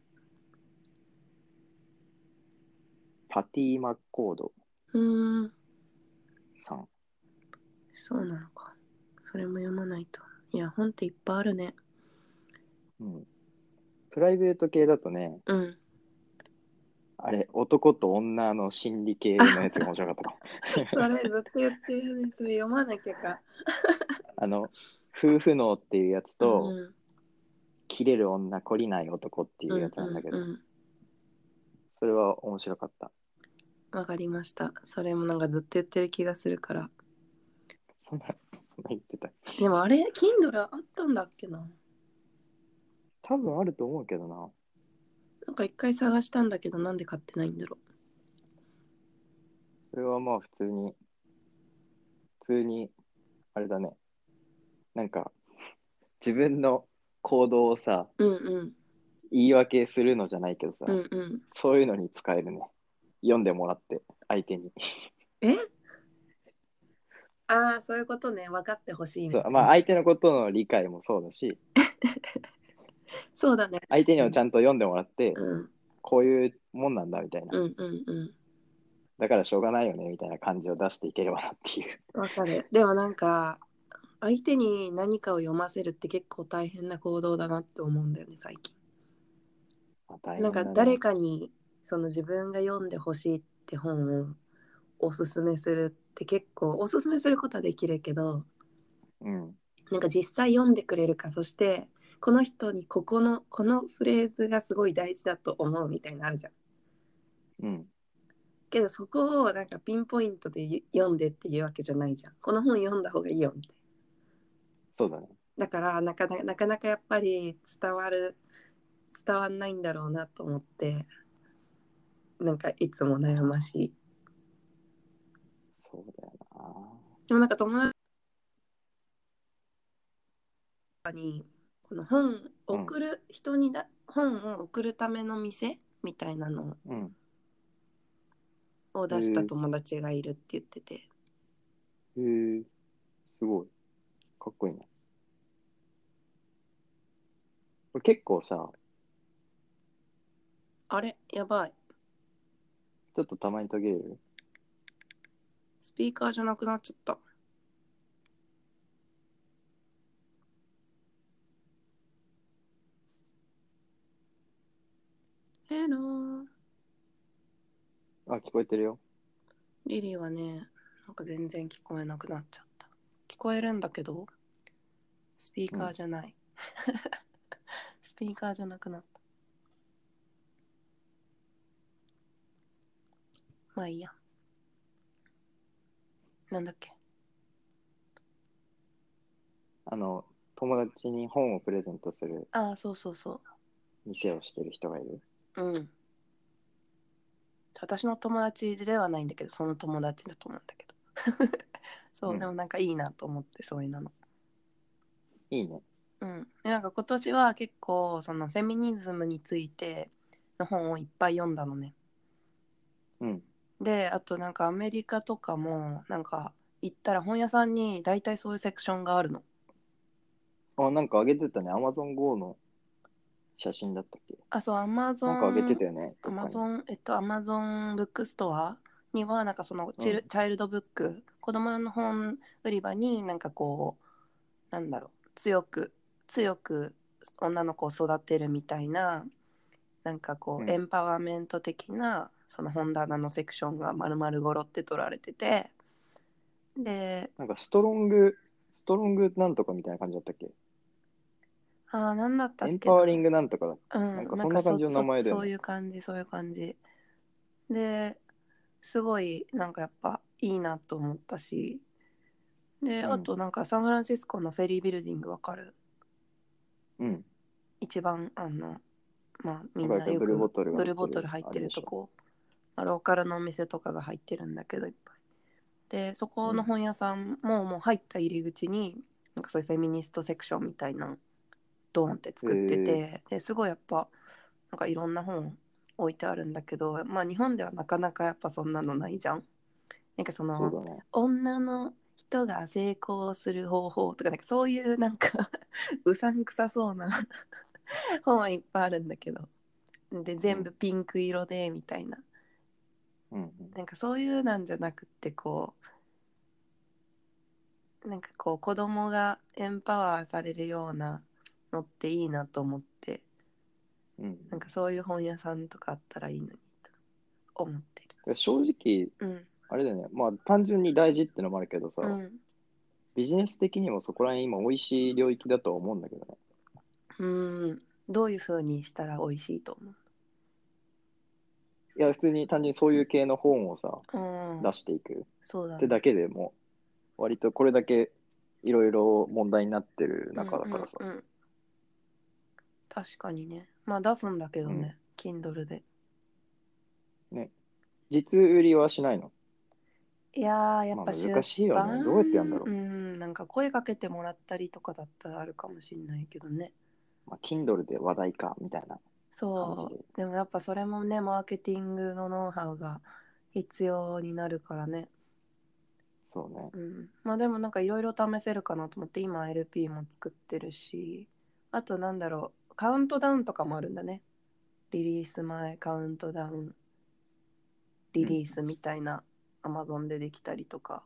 Speaker 2: パティ・マッコード
Speaker 3: うーん、
Speaker 2: さん。
Speaker 3: そうなのか。それも読まないと。いや、本っていっぱいあるね。
Speaker 2: うん。プライベート系だとね、
Speaker 3: うん。
Speaker 2: あれ、男と女の心理系のやつが面白かったかも。
Speaker 3: それずっと言ってるね。それ読まなきゃか。
Speaker 2: あの、夫婦能っていうやつと、
Speaker 3: うん、
Speaker 2: 切れる女、懲りない男っていうやつなんだけど、
Speaker 3: うんうんうん
Speaker 2: それは面白かった。
Speaker 3: わかりました。それもなんかずっと言ってる気がするから。
Speaker 2: そんな、そんな言ってた。
Speaker 3: でもあれ、Kindle あったんだっけな。
Speaker 2: 多分あると思うけどな。
Speaker 3: なんか一回探したんだけど、なんで買ってないんだろ
Speaker 2: それはまあ普通に、普通に、あれだね。なんか、自分の行動をさ、
Speaker 3: う。うんうん。
Speaker 2: 言い訳するのじゃないけどさ、
Speaker 3: うんうん。
Speaker 2: そういうのに使えるね。読んでもらって、相手に。
Speaker 3: えああ、そういうことね。分かってほしいみ
Speaker 2: そ
Speaker 3: たいな
Speaker 2: うまあ、相手のことの理解もそうだし、
Speaker 3: そうだね。
Speaker 2: 相手にもちゃんと読んでもらって、
Speaker 3: うん
Speaker 2: こういうもんなんだみたいな、
Speaker 3: うんうんうん。
Speaker 2: だからしょうがないよねみたいな感じを出していければなって いう。
Speaker 3: わかる。でもなんか相手に何かを読ませるって結構大変な行動だなって思うんだよね最近。
Speaker 2: あ大変
Speaker 3: なん
Speaker 2: だね
Speaker 3: か誰かにその自分が読んでほしいって本をおすすめするって結構おすすめすることはできるけど
Speaker 2: うん。
Speaker 3: なんか実際読んでくれるかそしてこの人にここのこのフレーズがすごい大事だと思うみたいなのあるじゃん。
Speaker 2: うん。
Speaker 3: けどそこをなんかピンポイントで読んでっていうわけじゃないじゃんこの本読んだ方がいいよみたいな
Speaker 2: そうだね。
Speaker 3: だからなかななかなかやっぱり伝わる伝わんないんだろうなと思ってなんかいつも悩ましい
Speaker 2: そうだよな。
Speaker 3: でもなんか友達にこの本を送る人にだ、本を送るための店みたいなの
Speaker 2: うん。
Speaker 3: を出した友達がいるって言ってて、
Speaker 2: へえ、すごい。かっこいいな。これ結構さ、
Speaker 3: あれやばい
Speaker 2: ちょっとたまに途切れる
Speaker 3: スピーカーじゃなくなっちゃったヘロー
Speaker 2: あ、聞こえてるよ。
Speaker 3: リリーはね、なんか全然聞こえなくなっちゃった。聞こえるんだけど、スピーカーじゃない。 スピーカーじゃなくなった。まあいいや。なんだっけ
Speaker 2: あの、友達に本をプレゼントする
Speaker 3: ああ、そうそうそ
Speaker 2: 店をしてる人がいる。
Speaker 3: う。うん。私の友達ではないんだけど、その友達だと思うんだけど。 そう、
Speaker 2: うん
Speaker 3: でもなんかいいなと思って、そういうの。
Speaker 2: いいね。
Speaker 3: うん、でなんか今年は結構そのフェミニズムについての本をいっぱい読んだのね。
Speaker 2: うん。
Speaker 3: であとなんかアメリカとかもなんか行ったら本屋さんに大体そういうセクションがあるの。
Speaker 2: あ、なんかあげてたね。Amazon Go の写真だったっけ
Speaker 3: あそうアマゾン
Speaker 2: なんかあげてたよね。
Speaker 3: アマ
Speaker 2: ン。
Speaker 3: ゾンえっとアマゾンブックストアにはなんかそのチル、
Speaker 2: うん
Speaker 3: チャイルドブック子供の本売り場になんかこうなんだろう強く強く女の子を育てるみたいななんかこう、
Speaker 2: うん
Speaker 3: エンパワーメント的なその本棚のセクションが丸々ごろって取られててで
Speaker 2: なんかストロング、ストロングなんとかみたいな感じだったっけ
Speaker 3: あーなんだったっ
Speaker 2: エ
Speaker 3: け
Speaker 2: ンパ
Speaker 3: な
Speaker 2: ワリングなんとかだ。
Speaker 3: うん、
Speaker 2: なんかそんな感じの名前だよね
Speaker 3: そういう感じそういう感じですごいなんかやっぱいいなと思ったしで、
Speaker 2: うん
Speaker 3: あとなんかサンフランシスコのフェリービルディングわかる
Speaker 2: うん。
Speaker 3: 一番あのまあみん
Speaker 2: なん
Speaker 3: な
Speaker 2: か
Speaker 3: よく
Speaker 2: ブルーボトルが
Speaker 3: ブルーボトル入ってるとこ、まあローカルのお店とかが入ってるんだけどいっぱいでそこの本屋さんも、もう入った入り口になんかそういうフェミニストセクションみたいなのドーンって作ってて、ですごいやっぱなんかいろんな本置いてあるんだけどまあ日本ではなかなかやっぱそんなのないじゃんなんかそ
Speaker 2: あ
Speaker 3: の
Speaker 2: れでしょそうだね。
Speaker 3: 女の人が成功する方法とかなんかそういうなんか うさんくさそうな 本はいっぱいあるんだけどで全部ピンク色でみたいな
Speaker 2: うんうん。
Speaker 3: なんかそういうなんじゃなくってこうなんかこう子供がエンパワーされるようなのっていいなと思って
Speaker 2: うん
Speaker 3: なんかそういう本屋さんとかあったらいいのにと思って
Speaker 2: 正直、
Speaker 3: る。
Speaker 2: あれだよね、まあ単純に大事ってのもあるけどさ、
Speaker 3: うん、うん
Speaker 2: ビジネス的にもそこら辺今美味しい領域だとは思うんだけどね。
Speaker 3: うんどういう風にしたら美味しいと
Speaker 2: いや、普通に単純にそういう系の本をさ、
Speaker 3: 思う、うん
Speaker 2: 出、していく
Speaker 3: そうだ
Speaker 2: っ
Speaker 3: ね
Speaker 2: てだけでも、割とこれだけいろいろ問題になってる中だからさ、
Speaker 3: うんうんうん確かにねまあ出すんだけどね、Kindle で
Speaker 2: 実売りはしないの。
Speaker 3: いやーや
Speaker 2: ま
Speaker 3: っ
Speaker 2: あ
Speaker 3: ぱ出版、
Speaker 2: 難しいよね。どうやってやるんだろう。
Speaker 3: うんなんか声かけてもらったりとかだったらあるかもしんないけどね
Speaker 2: まあ、Kindle で話題か、みたいな感じ
Speaker 3: そ
Speaker 2: で。
Speaker 3: うでもやっぱそれもねマーケティングのノウハウが必要になるからね
Speaker 2: そうね。
Speaker 3: うん、まあでもなんかいろいろ試せるかなと思って今 LP も作ってるしあとなんだろうカウントダウンとかもあるんだねリリース前カウントダウンリリースみたいな Amazon でできたりとか、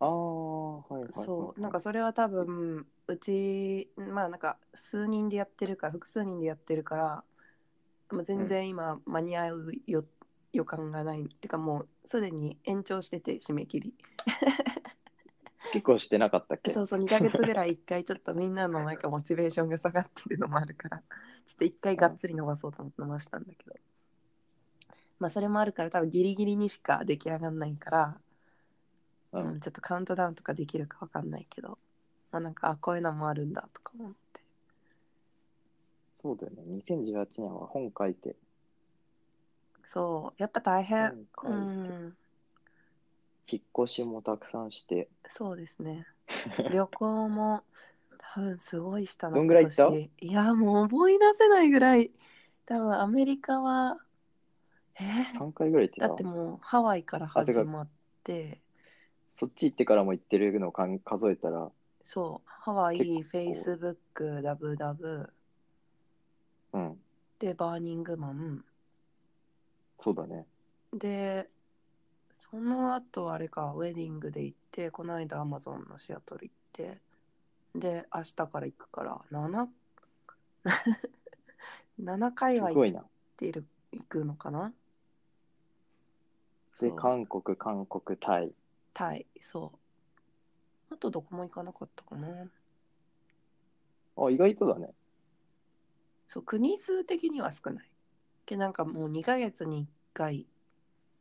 Speaker 2: ああ、はいはいはい。
Speaker 3: そうなんかそれは多分うちまあなんか数人でやってるから複数人でやってるからもう全然今間に合うよ予感がないってかもうすでに延長してて締め切り
Speaker 2: 結構してなかったっけ
Speaker 3: そうそう2ヶ 月ぐらい一回ちょっとみんなのなんかモチベーションが下がってるのもあるからちょっと一回がっつり伸ばそうと思って伸ばしたんだけどまあそれもあるから多分ギリギリにしか出来上がんないから、
Speaker 2: う
Speaker 3: うん
Speaker 2: ん。
Speaker 3: ちょっとカウントダウンとかできるかわかんないけど、まあ、なんかあこういうのもあるんだとか思って
Speaker 2: そうだよね。2018年は本書いて、
Speaker 3: そうやっぱ大変
Speaker 2: う
Speaker 3: うんん
Speaker 2: 引っ越しもたくさんして、
Speaker 3: そうですね旅行も多分すごいしたな
Speaker 2: どんぐらい行った
Speaker 3: 今年いやもう思い出せないぐらい多分アメリカはえ
Speaker 2: 3回ぐらい行って
Speaker 3: だ
Speaker 2: た。
Speaker 3: ってもうハワイから
Speaker 2: あてか
Speaker 3: 始まって
Speaker 2: そっち行ってからも行ってるのをかん数えたら、
Speaker 3: そうハワイフェイ
Speaker 2: 結
Speaker 3: スブックダブダブ
Speaker 2: うん、
Speaker 3: でバーニングマン
Speaker 2: そうだね。
Speaker 3: でその後あれかウェディングで行ってこの間アマゾンのシアトル行ってで明日から行くから7 7回
Speaker 2: す
Speaker 3: は
Speaker 2: ご
Speaker 3: 行
Speaker 2: い
Speaker 3: っ
Speaker 2: な。
Speaker 3: てる行くのかな
Speaker 2: で、
Speaker 3: そう
Speaker 2: 韓国、韓国、タイ。
Speaker 3: タイそうあとどこも行かなかったかな
Speaker 2: あ、意外とだね。
Speaker 3: そう国数的には少ないけどなんかもう2ヶ月に1回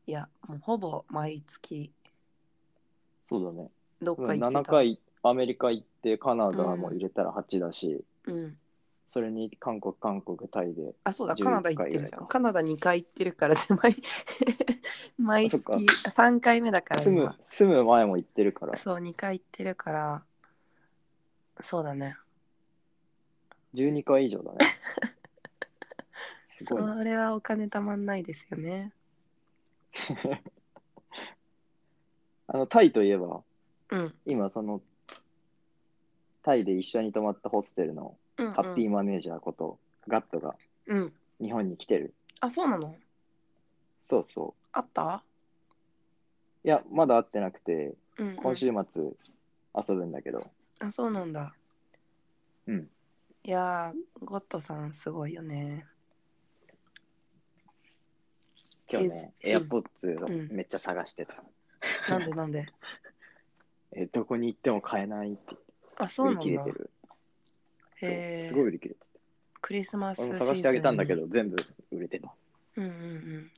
Speaker 3: いやもうほぼ毎月
Speaker 2: そうだね。
Speaker 3: どっか行ってた
Speaker 2: 7回アメリカ行って、カナダも入れたら8だし、
Speaker 3: うん
Speaker 2: それに韓国、韓国、タイで、
Speaker 3: あそうだ
Speaker 2: 11
Speaker 3: カナダ行ってるじゃ
Speaker 2: 回ぐらいか
Speaker 3: んカナダ2回行ってるからじゃあ毎毎 月
Speaker 2: あそっ
Speaker 3: 3回目だから
Speaker 2: 住む
Speaker 3: 今、
Speaker 2: 住む前も行ってるから、
Speaker 3: そう2回行ってるからそうだね
Speaker 2: 12回以上だ ね。す
Speaker 3: そ
Speaker 2: ごいな。
Speaker 3: れはお金たまんないですよね
Speaker 2: あの、タイといえば、
Speaker 3: うん
Speaker 2: 今その、タイで一緒に泊まったホステルの
Speaker 3: うんうん
Speaker 2: ハッピーマネージャーこと、ガットが
Speaker 3: うん
Speaker 2: 日本に来てる。
Speaker 3: あそうなの
Speaker 2: そうそ
Speaker 3: あった
Speaker 2: う。いや、まだ会ってなくて、
Speaker 3: うん、うん、
Speaker 2: 今週末遊ぶんだけど、
Speaker 3: あそうなんだ
Speaker 2: うん
Speaker 3: いやーゴッドさんすごいよ ね
Speaker 2: 今日ね、
Speaker 3: Is-
Speaker 2: エアポッツ
Speaker 3: うん
Speaker 2: めっちゃ探してた。
Speaker 3: なんでなんで
Speaker 2: え、どこに行っても買えないって
Speaker 3: あそ
Speaker 2: 売
Speaker 3: う
Speaker 2: り
Speaker 3: な
Speaker 2: 切
Speaker 3: ん
Speaker 2: れ
Speaker 3: だ
Speaker 2: てる。そう
Speaker 3: へえ
Speaker 2: すごい売り切れてた。
Speaker 3: クリスマスシ
Speaker 2: 俺
Speaker 3: ー
Speaker 2: も
Speaker 3: ズンに
Speaker 2: 探してあげたんだけど、全部売れてた。
Speaker 3: うんうんうん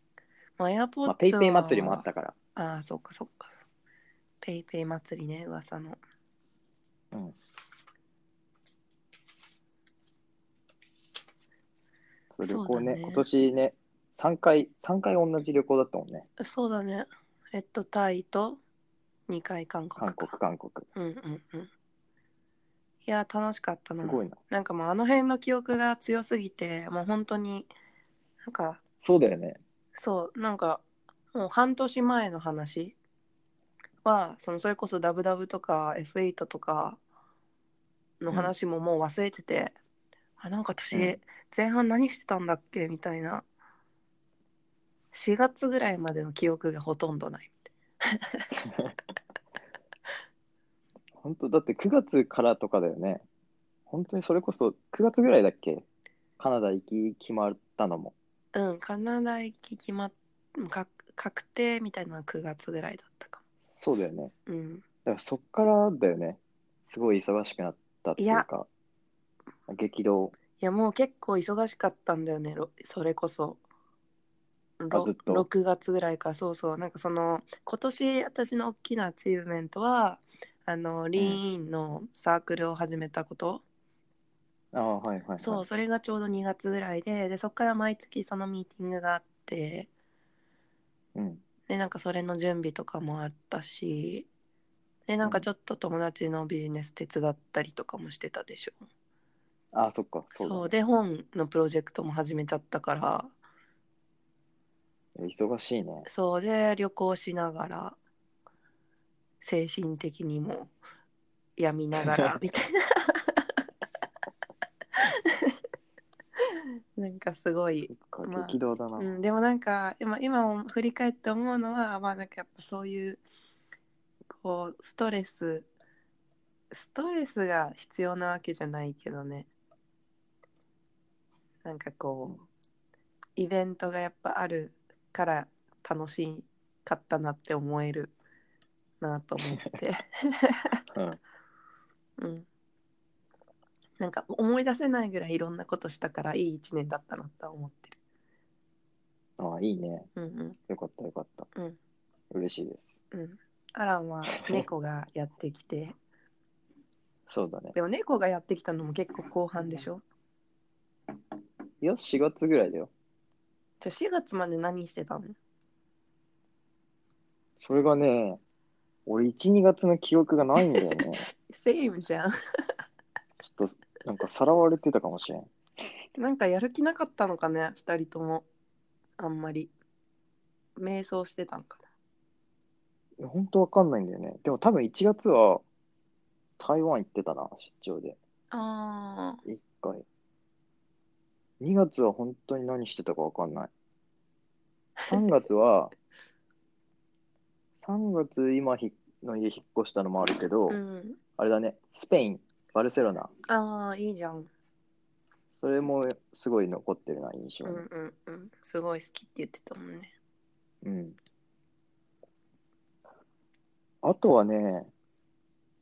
Speaker 3: まあエアポッ
Speaker 2: まあ、
Speaker 3: ツ
Speaker 2: ペイペイ祭りもあったから。
Speaker 3: ああそっかそっかペイペイ祭りね噂の
Speaker 2: うん。そう旅行ね
Speaker 3: そうだね
Speaker 2: 今年ね、3回、三回同じ旅行だったもんね。
Speaker 3: そうだねえっとタイと2回韓国
Speaker 2: 韓
Speaker 3: か
Speaker 2: 国、韓国。
Speaker 3: うんうんうんいや楽しかったな
Speaker 2: すごいな。
Speaker 3: なんかもうあの辺の記憶が強すぎてもう本当になんか
Speaker 2: そうだよね。
Speaker 3: そうなんかもう半年前の話はそのそれこそ「ダブダブとか「F8」とかの話ももう忘れてて、あなんか私、
Speaker 2: うん
Speaker 3: 前半何してたんだっけみたいな4月ぐらいまでの記憶がほとんどない
Speaker 2: 本当だって9月からとかだよね。本当にそれこそ9月ぐらいだっけカナダ行き決まったのも。
Speaker 3: うんカナダ行き決まっか確定みたいなのが9月ぐらいだったか
Speaker 2: そうだよね。
Speaker 3: もうん
Speaker 2: だからそっからだよね。すごい忙しくなったっていうか、激動。
Speaker 3: いやもう結構忙しかったんだよねろそれこそろ
Speaker 2: ずっと
Speaker 3: 6月ぐらいかそうそうなんかその今年私の大きなアチーブメントはあのリーンのサークルを始めたこと、
Speaker 2: ああ、はいはい、はい。
Speaker 3: そうそれがちょうど2月ぐらいででそこから毎月そのミーティングがあって
Speaker 2: うん。
Speaker 3: でなんかそれの準備とかもあったしでなんかちょっと友達のビジネス手伝ったりとかもしてたでしょ
Speaker 2: ああ、そっか。
Speaker 3: そう
Speaker 2: そう
Speaker 3: で本のプロジェクトも始めちゃったから
Speaker 2: だね忙しいね。
Speaker 3: そうで旅行しながら精神的にも病みな がらみたいななんかすごい、
Speaker 2: そっ
Speaker 3: ま
Speaker 2: か
Speaker 3: あ
Speaker 2: 激動だな。
Speaker 3: うん、でもなんか今今も振り返って思うのはまあなんかやっぱそういうこうストレスストレスが必要なわけじゃないけどねなんかこうイベントがやっぱあるから楽しかったなって思えるなと思って、
Speaker 2: うん
Speaker 3: うん、なんか思い出せないぐらいいろんなことしたからいい一年だったなとは思ってる
Speaker 2: ああ、ああ、いいね。
Speaker 3: うんうん
Speaker 2: よかったよかった。
Speaker 3: うん
Speaker 2: 嬉しいです。
Speaker 3: うんアランは猫がやってき て
Speaker 2: そうだね。
Speaker 3: でも猫がやってきたのも結構後半でしょ
Speaker 2: いや、4月ぐらいだよ。
Speaker 3: じゃあ4月まで何してたの
Speaker 2: それがね、俺1、2月の記憶がないんだよ ね。
Speaker 3: セイムじゃん
Speaker 2: ちょっと、なんかさらわれてたかもしれん。
Speaker 3: なんかやる気なかったのかね2人ともあんまり瞑想してたんか
Speaker 2: 本当わかんないんだよね。でも多分1月は台湾行ってたな、出張で。
Speaker 3: なあ
Speaker 2: 1回。2月は本当に何してたかわかんない。3月 は、3月今ひの家引っ越したのもあるけど、
Speaker 3: うん
Speaker 2: あれだね、スペイン、バルセロナ。
Speaker 3: ああいいじゃん
Speaker 2: それもすごい残ってるな、印象
Speaker 3: う
Speaker 2: に。
Speaker 3: んうんうんすごい好きって言ってたもんね
Speaker 2: うん。あとはね、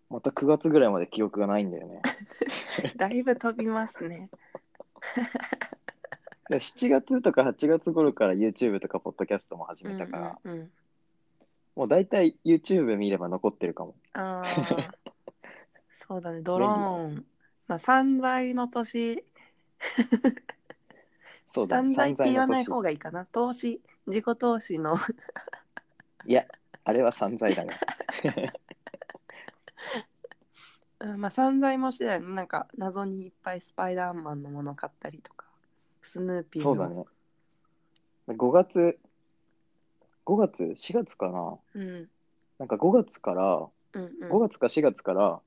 Speaker 2: また9月ぐらいまで記憶がないんだよね。
Speaker 3: だいぶ飛びますね
Speaker 2: で7月とか8月頃から YouTube とかポッドキャストも始めたから、
Speaker 3: うんうんうん
Speaker 2: もう大体 YouTube 見れば残ってるかも。
Speaker 3: あ あそうだねドローン、まあ、散財の年、
Speaker 2: そうだ、
Speaker 3: 散
Speaker 2: ね、
Speaker 3: 財って言わない
Speaker 2: 散財の
Speaker 3: 方がいいかな投資自己投資の
Speaker 2: 年いや、あれは散財だね。
Speaker 3: うんまあ散財もしてたよねなんか謎にいっぱいスパイダーマンのもの買ったりとかスヌーピー
Speaker 2: そ
Speaker 3: の
Speaker 2: うだね。5月、5月、4月かな
Speaker 3: うん
Speaker 2: なんか5月から、
Speaker 3: うんうん
Speaker 2: 5月か4月から、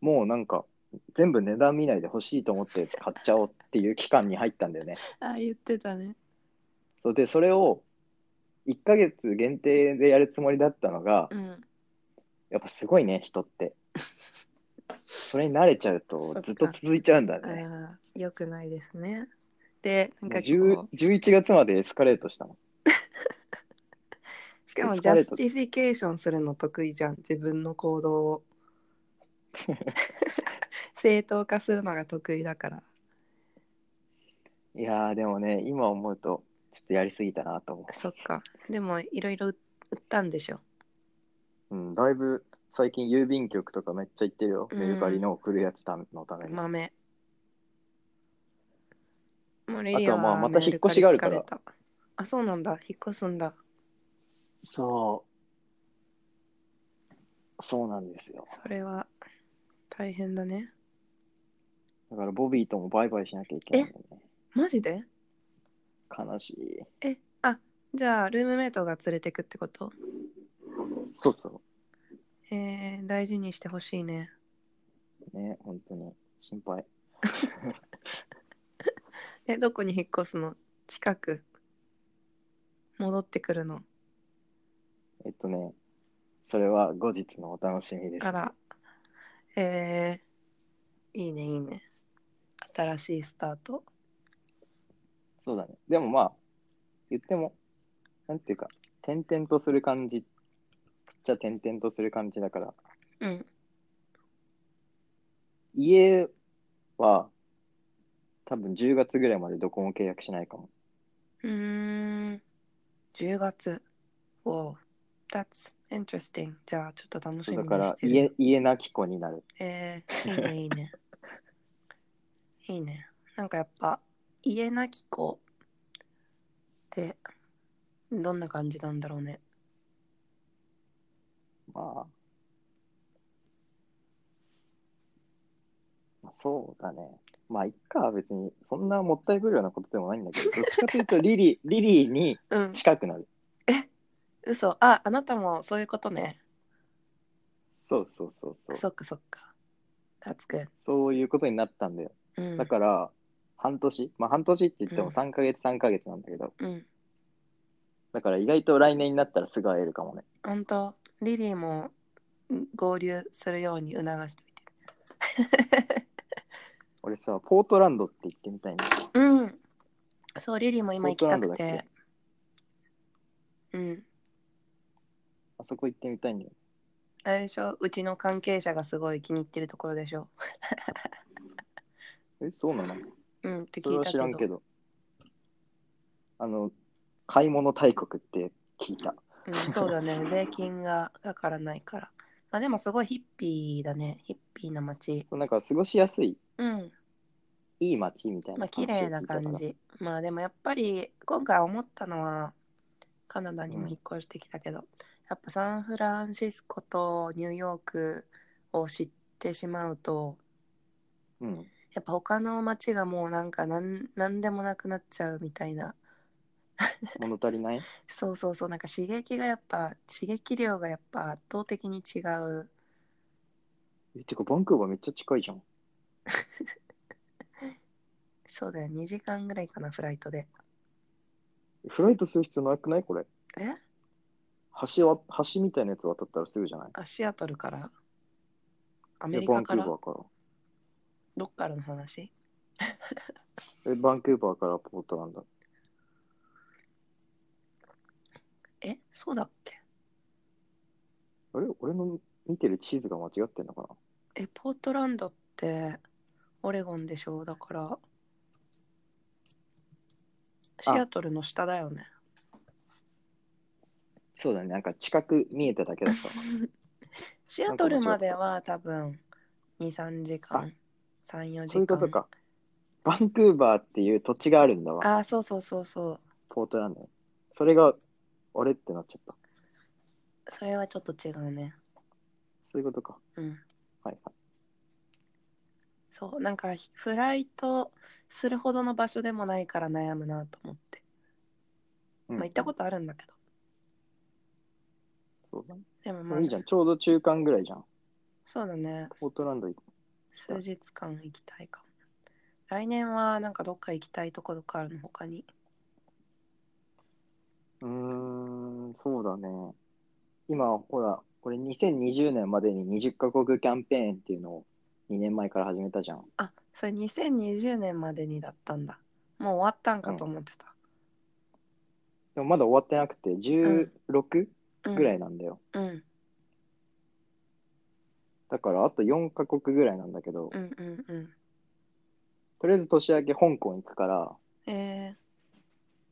Speaker 2: もうなんか、全部値段見ないで欲しいと思ったやつ買っちゃおうっていう期間に入ったんだよね。
Speaker 3: ああ言ってたね
Speaker 2: そうで、それを1ヶ月限定でやるつもりだったのが、
Speaker 3: うん
Speaker 2: やっぱすごいね、人 って。それに慣れちゃう
Speaker 3: そ
Speaker 2: と
Speaker 3: っか
Speaker 2: ずっと続いちゃうんだ
Speaker 3: あ
Speaker 2: ね。
Speaker 3: あよくないですねでな
Speaker 2: もう
Speaker 3: んか
Speaker 2: 10
Speaker 3: こう
Speaker 2: 11月までエスカレートしたの。
Speaker 3: しかも
Speaker 2: エス
Speaker 3: ジ
Speaker 2: カレ
Speaker 3: ャ
Speaker 2: ー
Speaker 3: ス
Speaker 2: ト
Speaker 3: ティフィケーションするの得意じゃん自分の行動 を正当化するのが得意だから
Speaker 2: いやー、でもね、今思うと、ちょっとやりすぎたなと思
Speaker 3: そっかでもいろいろ売ったんでしょ
Speaker 2: う。うん、だいぶ最近郵便局とかめっちゃ行ってるよ。
Speaker 3: うん
Speaker 2: メルカリの送るやつたのために。
Speaker 3: 豆もうレ
Speaker 2: あとはまあまた引っ越しがあるから
Speaker 3: あそうなんだ引っ越すんだ
Speaker 2: そう。そうなんですよ。
Speaker 3: それは大変だね
Speaker 2: だからボビーともバイバイしなきゃいけないんだよね。
Speaker 3: マジで
Speaker 2: 悲しい。
Speaker 3: えあじゃあルームメイトが連れてくってこと
Speaker 2: そうそ
Speaker 3: えー、大事にしてほしいね
Speaker 2: う。ね、本当に。心配。
Speaker 3: えどこに引っ越すの近く戻ってくるの
Speaker 2: えっとね、それは後日のお楽しみです。
Speaker 3: あらえー、いいねいいね新しいスタート
Speaker 2: そうだね。でもまあ、言っても、なんていうか、点々とする感じじゃ点々とする感じだから、
Speaker 3: うん
Speaker 2: 家は多分10月ぐらいまでどこも契約しないかも。
Speaker 3: うーん。10月。おう。That's interesting. じゃあちょっと楽しみ
Speaker 2: だ
Speaker 3: に
Speaker 2: から
Speaker 3: してる。
Speaker 2: 家、家なき子になる。
Speaker 3: えー、いいね、いいね。いいね。なんかやっぱ、家なき子って、どんな感じなんだろうね。
Speaker 2: まあ、まあ、そうだね。まあ、いっか、別に、そんなもったいぶるようなことでもないんだけど、どっちかというと、リリー、リリーに
Speaker 3: うん。
Speaker 2: 近くなる。
Speaker 3: 嘘。あ、あなたもそういうことね。
Speaker 2: そうそうそうそう。
Speaker 3: そっかそっか。That's good.
Speaker 2: そういうことになったんだよ。
Speaker 3: うん。
Speaker 2: だから、半年、まあ半年って言って
Speaker 3: うん
Speaker 2: も3ヶ月3ヶ月なんだけど、
Speaker 3: うん。
Speaker 2: だから意外と来年になったらすぐ会えるかもね。
Speaker 3: 本当リリーもん合流するように促してみて。
Speaker 2: 俺さ、ポートランドって行ってみたいんだよ。
Speaker 3: うん。そう、リリーも今
Speaker 2: ポ
Speaker 3: 行
Speaker 2: ー
Speaker 3: き
Speaker 2: トラ
Speaker 3: た
Speaker 2: ンド
Speaker 3: く
Speaker 2: だっけ
Speaker 3: て。うん。
Speaker 2: あそこ行ってみたいんだよ。
Speaker 3: あれでしょうちの関係者がすごい気に入ってるところでしょ。
Speaker 2: え、そうなの
Speaker 3: うんって
Speaker 2: それ
Speaker 3: 聞い
Speaker 2: は
Speaker 3: た
Speaker 2: 知らん
Speaker 3: け
Speaker 2: け
Speaker 3: ど。
Speaker 2: ど。あの、買い物大国って聞いた。
Speaker 3: うん、そう だね。税金がかからないから。まあでもすごいヒッピーだね。ヒッピーな街。
Speaker 2: なんか過ごしやすい、
Speaker 3: うん。
Speaker 2: いい街みたいな。
Speaker 3: まあ綺麗な感。じ。まあでもやっぱり今回思ったのはカナダにも引っ越してきたけど、やっぱサンフランシスコとニューヨークを知ってしまうと、
Speaker 2: うん。
Speaker 3: やっぱ他の街がもうなんかなんなんでもなくなっちゃうみたいな。
Speaker 2: 物足りない
Speaker 3: そうそうそうなんか刺激がやっぱ刺激量がやっぱ圧倒的に違う
Speaker 2: えてか、バンクーバーめっちゃ近いじゃん。
Speaker 3: そうだよ2時間ぐらいかなフライトで
Speaker 2: フライトする必要なくないこれ。
Speaker 3: え
Speaker 2: 橋は、橋みたいなやつ渡ったらすぐじゃない
Speaker 3: あシアトルからア
Speaker 2: ア
Speaker 3: メリカから
Speaker 2: バンクーバーか
Speaker 3: どっからの話
Speaker 2: ら。え、バンクーバーからポートランド。
Speaker 3: えそうだっけ
Speaker 2: あれ俺の見てる地図が間違ってんのかな
Speaker 3: えポートランドってオレゴンでしょだからシアトルの下だよね
Speaker 2: そうだね。なんか近く見えただけだった。
Speaker 3: シアトルまでは多分23時間34時間
Speaker 2: そういうことか。バンクーバーっていう土地があるんだわ。
Speaker 3: あそうそうそうそう
Speaker 2: ポートランドに。それが、あれってなっちゃった。
Speaker 3: それはちょっと違うね
Speaker 2: そういうことか。
Speaker 3: うん
Speaker 2: はいはい。
Speaker 3: そうなんかフライトするほどの場所でもないから悩むなと思って、
Speaker 2: うん
Speaker 3: まあ行ったことあるんだけど
Speaker 2: そうだね
Speaker 3: でもま
Speaker 2: も
Speaker 3: あ
Speaker 2: ういいじゃん。ちょうど中間ぐらいじゃん。
Speaker 3: そうだね
Speaker 2: ポートランド行く。
Speaker 3: 数日間行きたいかも来年はなんかどっか行きたいとこどかあるの他に
Speaker 2: うーん、そうだね。今、ほら、これ2020年までに20カ国キャンペーンっていうのを2年前から始めたじゃん。
Speaker 3: あそれ2020年までにだったんだもう終わったんかと思ってた、
Speaker 2: でもまだ終わってなくて、16
Speaker 3: うん
Speaker 2: ぐらいなんだよ。
Speaker 3: うん
Speaker 2: だからあと4カ国ぐらいなんだけど、
Speaker 3: うんうんうん
Speaker 2: とりあえず年明け香港行くから、
Speaker 3: え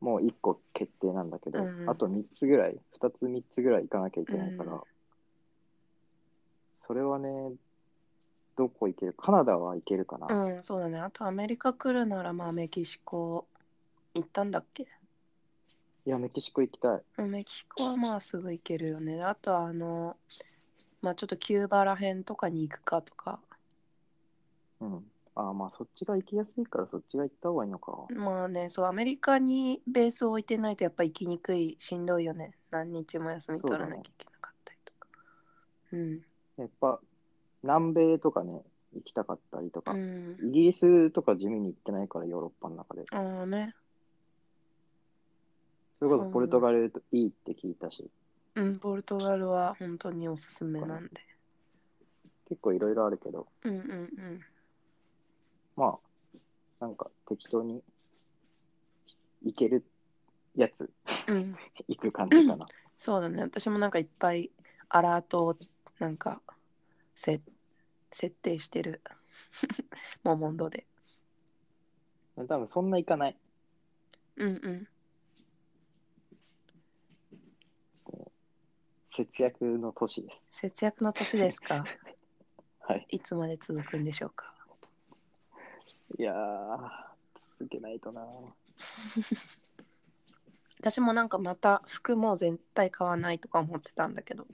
Speaker 2: もう1個決定なんだけど、
Speaker 3: うん
Speaker 2: あと3つぐらい、2つ3つぐらい行かなきゃいけないから、
Speaker 3: うん
Speaker 2: それはね、どこ行けるカナダは行けるかな。
Speaker 3: ー、うんそうだねあとアメリカ来るならまあメキシコ行ったんだっけ
Speaker 2: いや、メキシコ行きたい。
Speaker 3: うんメキシコはまあすぐ行けるよね。あとはあの、まあちょっとキューバら辺とかに行くかとか、
Speaker 2: うん。ああ、まあそっちが行きやすいからそっちが行った方がいいのか。
Speaker 3: まあね、そう、アメリカにベースを置いてないとやっぱ行きにくい、しんどいよね。何日も休み取らなきゃいけなかったりとか。
Speaker 2: やっぱ、南米とかね、行きたかったりとか、
Speaker 3: うん。うん。
Speaker 2: イギリスとか地味に行ってないから、ヨーロッパの中で。
Speaker 3: ああね。
Speaker 2: それこそポルトガルいいって聞いたし、
Speaker 3: うん、ポルトガルは本当におすすめなんで。
Speaker 2: 結構いろいろあるけど、
Speaker 3: うんうんうん。
Speaker 2: まあ、なんか適当に行けるやつ、
Speaker 3: うん。
Speaker 2: 行く感じかな。
Speaker 3: そうだね私もなんかいっぱいアラートをなんかせ設定してる モモンドで
Speaker 2: 多分そんな行かない。
Speaker 3: うんうん
Speaker 2: そう節約の年です。
Speaker 3: 節約の年ですか
Speaker 2: はい。
Speaker 3: いつまで続くんでしょうか
Speaker 2: いやー、続けないとな。
Speaker 3: 私もなんかまた服も絶対買わないとか思ってたんだけど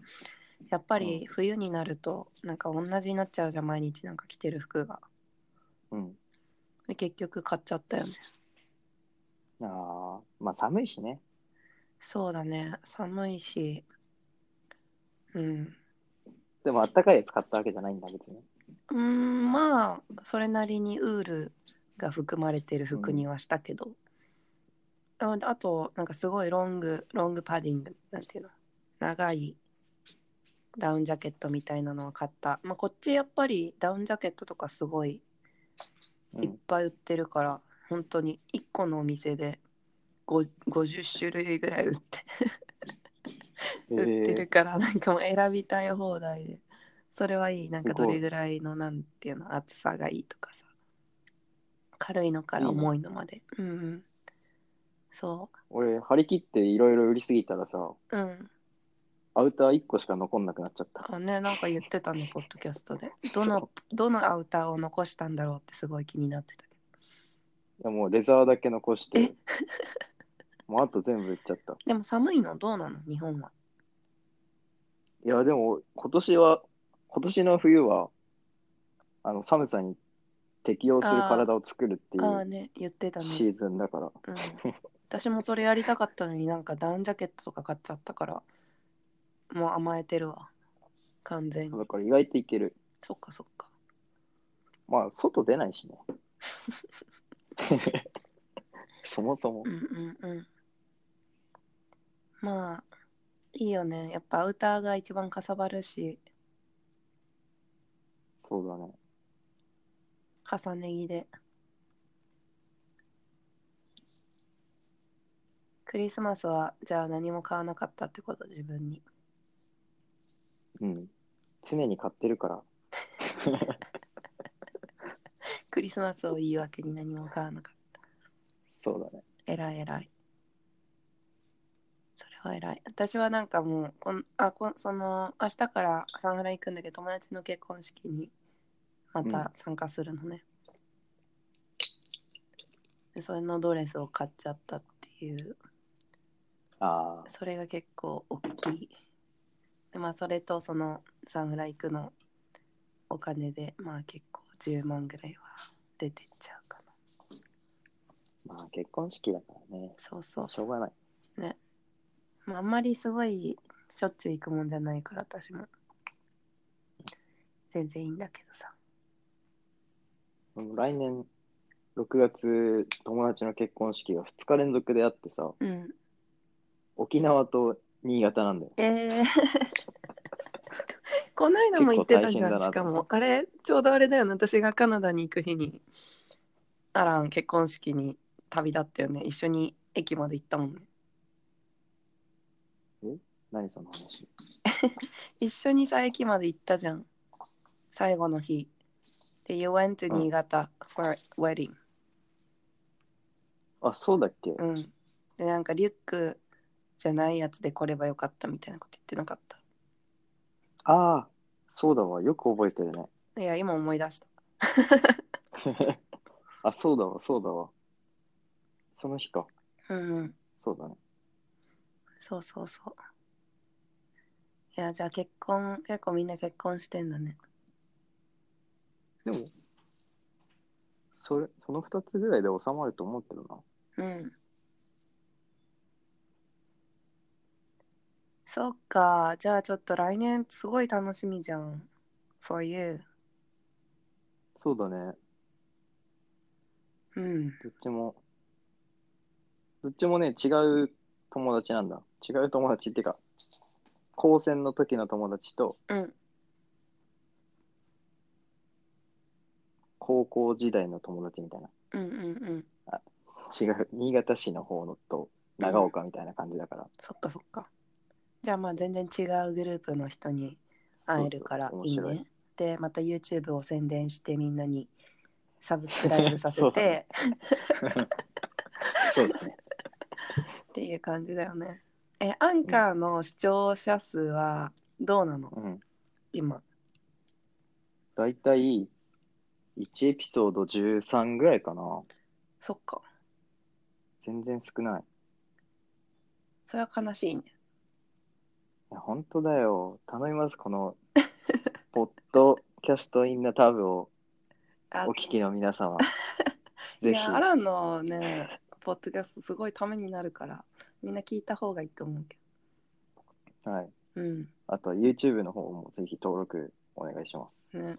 Speaker 3: やっぱり冬になるとなんか同じになっちゃうじゃん毎日なんか着てる服が
Speaker 2: うん。
Speaker 3: で結局買っちゃったよね
Speaker 2: ああ、まあ寒いしね。
Speaker 3: そうだね寒いしうん
Speaker 2: でもあったかいやつ買ったわけじゃないんだ、別に。
Speaker 3: うーんまあそれなりにウールが含まれてる服にはしたけど、ああとなんかすごいロングロングパディングなんていうの長いダウンジャケットみたいなのを買った、まあ、こっちやっぱりダウンジャケットとかすごいういっ
Speaker 2: ん。
Speaker 3: ぱい売ってるから、本当に1個のお店でご50種類ぐらい売って売ってるからなんかもう選びたい放題でそれはいいなんか
Speaker 2: すご
Speaker 3: ど
Speaker 2: い
Speaker 3: れぐらいのなんていうの厚さがいいとかさ軽いのから重いのまでうんうんそ
Speaker 2: 俺、張り切っていろいろ売りすぎたらさ、
Speaker 3: う。うん。
Speaker 2: アウター1個しか残んなくなっちゃった。
Speaker 3: あね、なんか言ってたね、ポッドキャストで。どの、どのアウターを残したんだろうってすごい気になってたけ
Speaker 2: いやもうレザーだけ残し
Speaker 3: え
Speaker 2: て、もうあと全部売っちゃった。
Speaker 3: ど。でも寒いのどうなの日本は。
Speaker 2: いや、でも今年は、今年の冬は、あの寒さに適応する体を作るってい
Speaker 3: ああ
Speaker 2: う
Speaker 3: ね、言ってたね。
Speaker 2: シーズンだから、
Speaker 3: うん。私もそれやりたかったのになんかダウンジャケットとか買っちゃったから、もう甘えてるわ。完全に
Speaker 2: だ。から意外といける。
Speaker 3: そっかそっか。
Speaker 2: まあ、外出ないし ね。そもそも
Speaker 3: う。んうんうん。まあ、いいよね。やっぱアウターが一番かさばるし、
Speaker 2: そうだね。
Speaker 3: 重ね着で。クリスマスはじゃあ何も買わなかったってこと自分に。
Speaker 2: うん。常に買ってるから。
Speaker 3: クリスマスを言い訳に何も買わなかっ
Speaker 2: そうだね。
Speaker 3: た。偉い偉い。それは偉い。私はなんかもうこんあこんその明日からサンフラ行くんだけど友達の結婚式にまた参加するのね。でそれのドレスを買っちゃったっていう
Speaker 2: ああ、
Speaker 3: それが結構大きいでまあそれとそのサンフライクのお金でまあ結構10万ぐらいは出てっちゃうか
Speaker 2: ま
Speaker 3: な
Speaker 2: あ結婚式だからね。
Speaker 3: そうそう
Speaker 2: しょうがない。
Speaker 3: まあ、あんまりすごいしょっちゅう行くもんじゃないから私も全然いいんだけどさ
Speaker 2: うん来年、6月、友達の結婚式が2日連続であってさ、
Speaker 3: うん
Speaker 2: 沖縄と新潟なんだよ。
Speaker 3: えー この間も言ってたじゃ
Speaker 2: 結構大変だ
Speaker 3: ん
Speaker 2: な
Speaker 3: しかもあれちょうどあれだよね私がカナダに行く日にアラン結婚式に旅立ったよね一緒に駅まで行ったもんね
Speaker 2: 何その話。
Speaker 3: 一緒にさ駅まで行ったじゃん最後の日で You went to
Speaker 2: うん
Speaker 3: 新潟 for a wedding
Speaker 2: あ、そうだっけ、
Speaker 3: うんでなんかリュックじゃないやつで来ればよかったみたいなこと言ってなかっ
Speaker 2: ああ、そうだわ。よく覚えてるね。
Speaker 3: たいや今思い出した
Speaker 2: あ、そうだわ、そうだわ。その日か。
Speaker 3: うんうん
Speaker 2: そうだね。
Speaker 3: そうそうそういやじゃあ結婚結構みんな結婚してんだね
Speaker 2: でも、それ、その2つぐらいで収まると思うけどな。
Speaker 3: うんそっかじゃあちょっと来年すごい楽しみじゃん for you
Speaker 2: そうだね。
Speaker 3: うん
Speaker 2: どっちも、どっちもね、違う友達なんだ。違う友達ってか、高専の時の友達と、
Speaker 3: うん
Speaker 2: 高校時代の友達みたいな。
Speaker 3: うんうんうん
Speaker 2: 違う。新潟市の方のと、長岡みたいな感じだから。
Speaker 3: そっかそっか。じゃあまあ全然違うグループの人に会えるから
Speaker 2: そうそう
Speaker 3: いいね。
Speaker 2: 面白
Speaker 3: でまた YouTube を宣伝してみんな にサブスクライブさせて
Speaker 2: そうだね。
Speaker 3: っていう感じだよね。えアンカーの視聴者数はどうなの、
Speaker 2: うん。
Speaker 3: 今
Speaker 2: だいたい、1エピソード13ぐらいかな。
Speaker 3: そっか
Speaker 2: 全然少ない。
Speaker 3: それは悲しいね。
Speaker 2: いや、本当だよ。頼みます、こ の、ポッドキャストインナタブを
Speaker 3: あ
Speaker 2: お聞きの皆様。
Speaker 3: い
Speaker 2: ぜひ。
Speaker 3: やアランのねポッドキャストすごいためになるからみんな聞いた方がいいと思うけ
Speaker 2: はい。
Speaker 3: ど。うん
Speaker 2: あと、YouTube の方もぜひ登録お願いし ます。
Speaker 3: ね、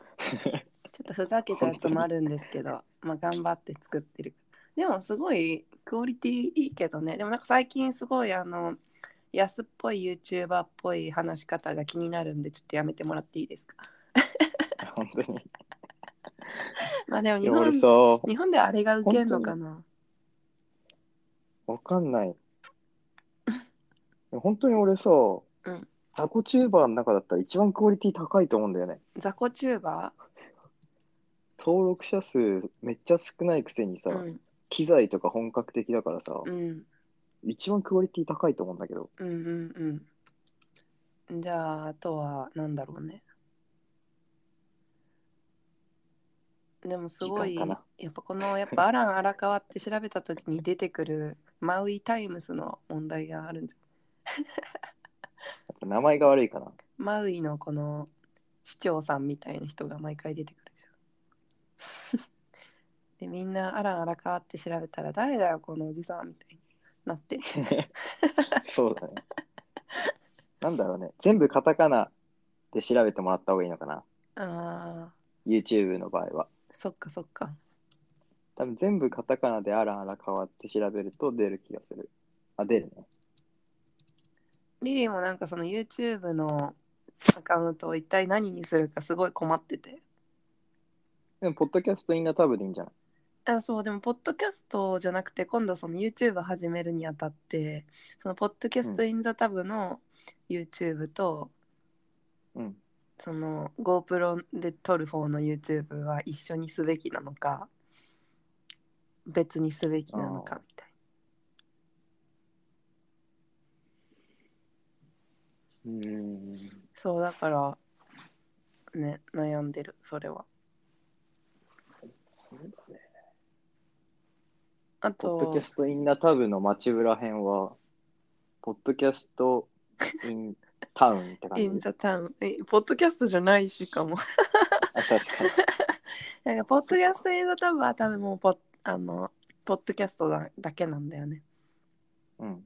Speaker 3: ちょっとふざけたやつもあるんですけど、まあ、頑張って作ってる。でもすごいクオリティいいけどね。でもなんか最近すごいあの安っぽい YouTuber っぽい話し方が気になるんでちょっとやめてもらっていいですか。
Speaker 2: 本当に。
Speaker 3: まあでも
Speaker 2: い
Speaker 3: 日
Speaker 2: や、俺さ
Speaker 3: 本、日本であれが受けんのかな。
Speaker 2: わかん ない。本当に俺さ、
Speaker 3: ん
Speaker 2: ザコチューバーの中だったら一番クオリティ高いと思うんだよね。
Speaker 3: ザコチューバ
Speaker 2: 登録者数めっちゃ少ないくせにさ、
Speaker 3: ーうん
Speaker 2: 機材とか本格的だからさ、
Speaker 3: うん
Speaker 2: 一番クオリティ高いと思うんだけど、
Speaker 3: うんうんうん。じゃあ、あとは、なんだろうね。でもすごい、
Speaker 2: 時間かな
Speaker 3: やっぱこの、やっぱアラン荒川って調べたときに出てくるマウイタイムスの問題があるんじゃ
Speaker 2: やっぱ名前が悪いか な。
Speaker 3: マウイのこの市長さんみたいな人が毎回出てくるじゃん。 で、みんなアラン荒川って調べたら誰だよ、このおじさんみたいになって。
Speaker 2: そうだね。なんだろうね。全部カタカナで調べてもらった方がいいのかな。
Speaker 3: ああ、
Speaker 2: YouTube の場合は。
Speaker 3: そっかそっか。
Speaker 2: 多分全部カタカナでアラン・アラカワって調べると出る気がする。あ、出るね。
Speaker 3: リリーもなんかその YouTube のアカウントを一体何にするかすごい困ってて。
Speaker 2: でも、ポッドキャストインナータブでいいんじゃない
Speaker 3: あそうでもポッドキャストじゃなくて今度その YouTube を始めるにあたってそのポッドキャストインザタブの YouTube と、
Speaker 2: うん。
Speaker 3: その GoPro で撮る方の YouTube は一緒にすべきなのか別にすべきなのかみたい
Speaker 2: うん。
Speaker 3: なそうだからね悩んでるそれは
Speaker 2: そうだね。
Speaker 3: あ
Speaker 2: ポッドキ
Speaker 3: と
Speaker 2: ャストインナータブの街裏編は、ポッドキャストインタウンって
Speaker 3: イ
Speaker 2: 感
Speaker 3: ン
Speaker 2: じ。
Speaker 3: ザタウンえポッドキャストじゃないしかも
Speaker 2: あ、確かに。
Speaker 3: なんかポッドキャスト映像多分は多分もうポッあのポッドキャストだだけなんだよね。
Speaker 2: うん。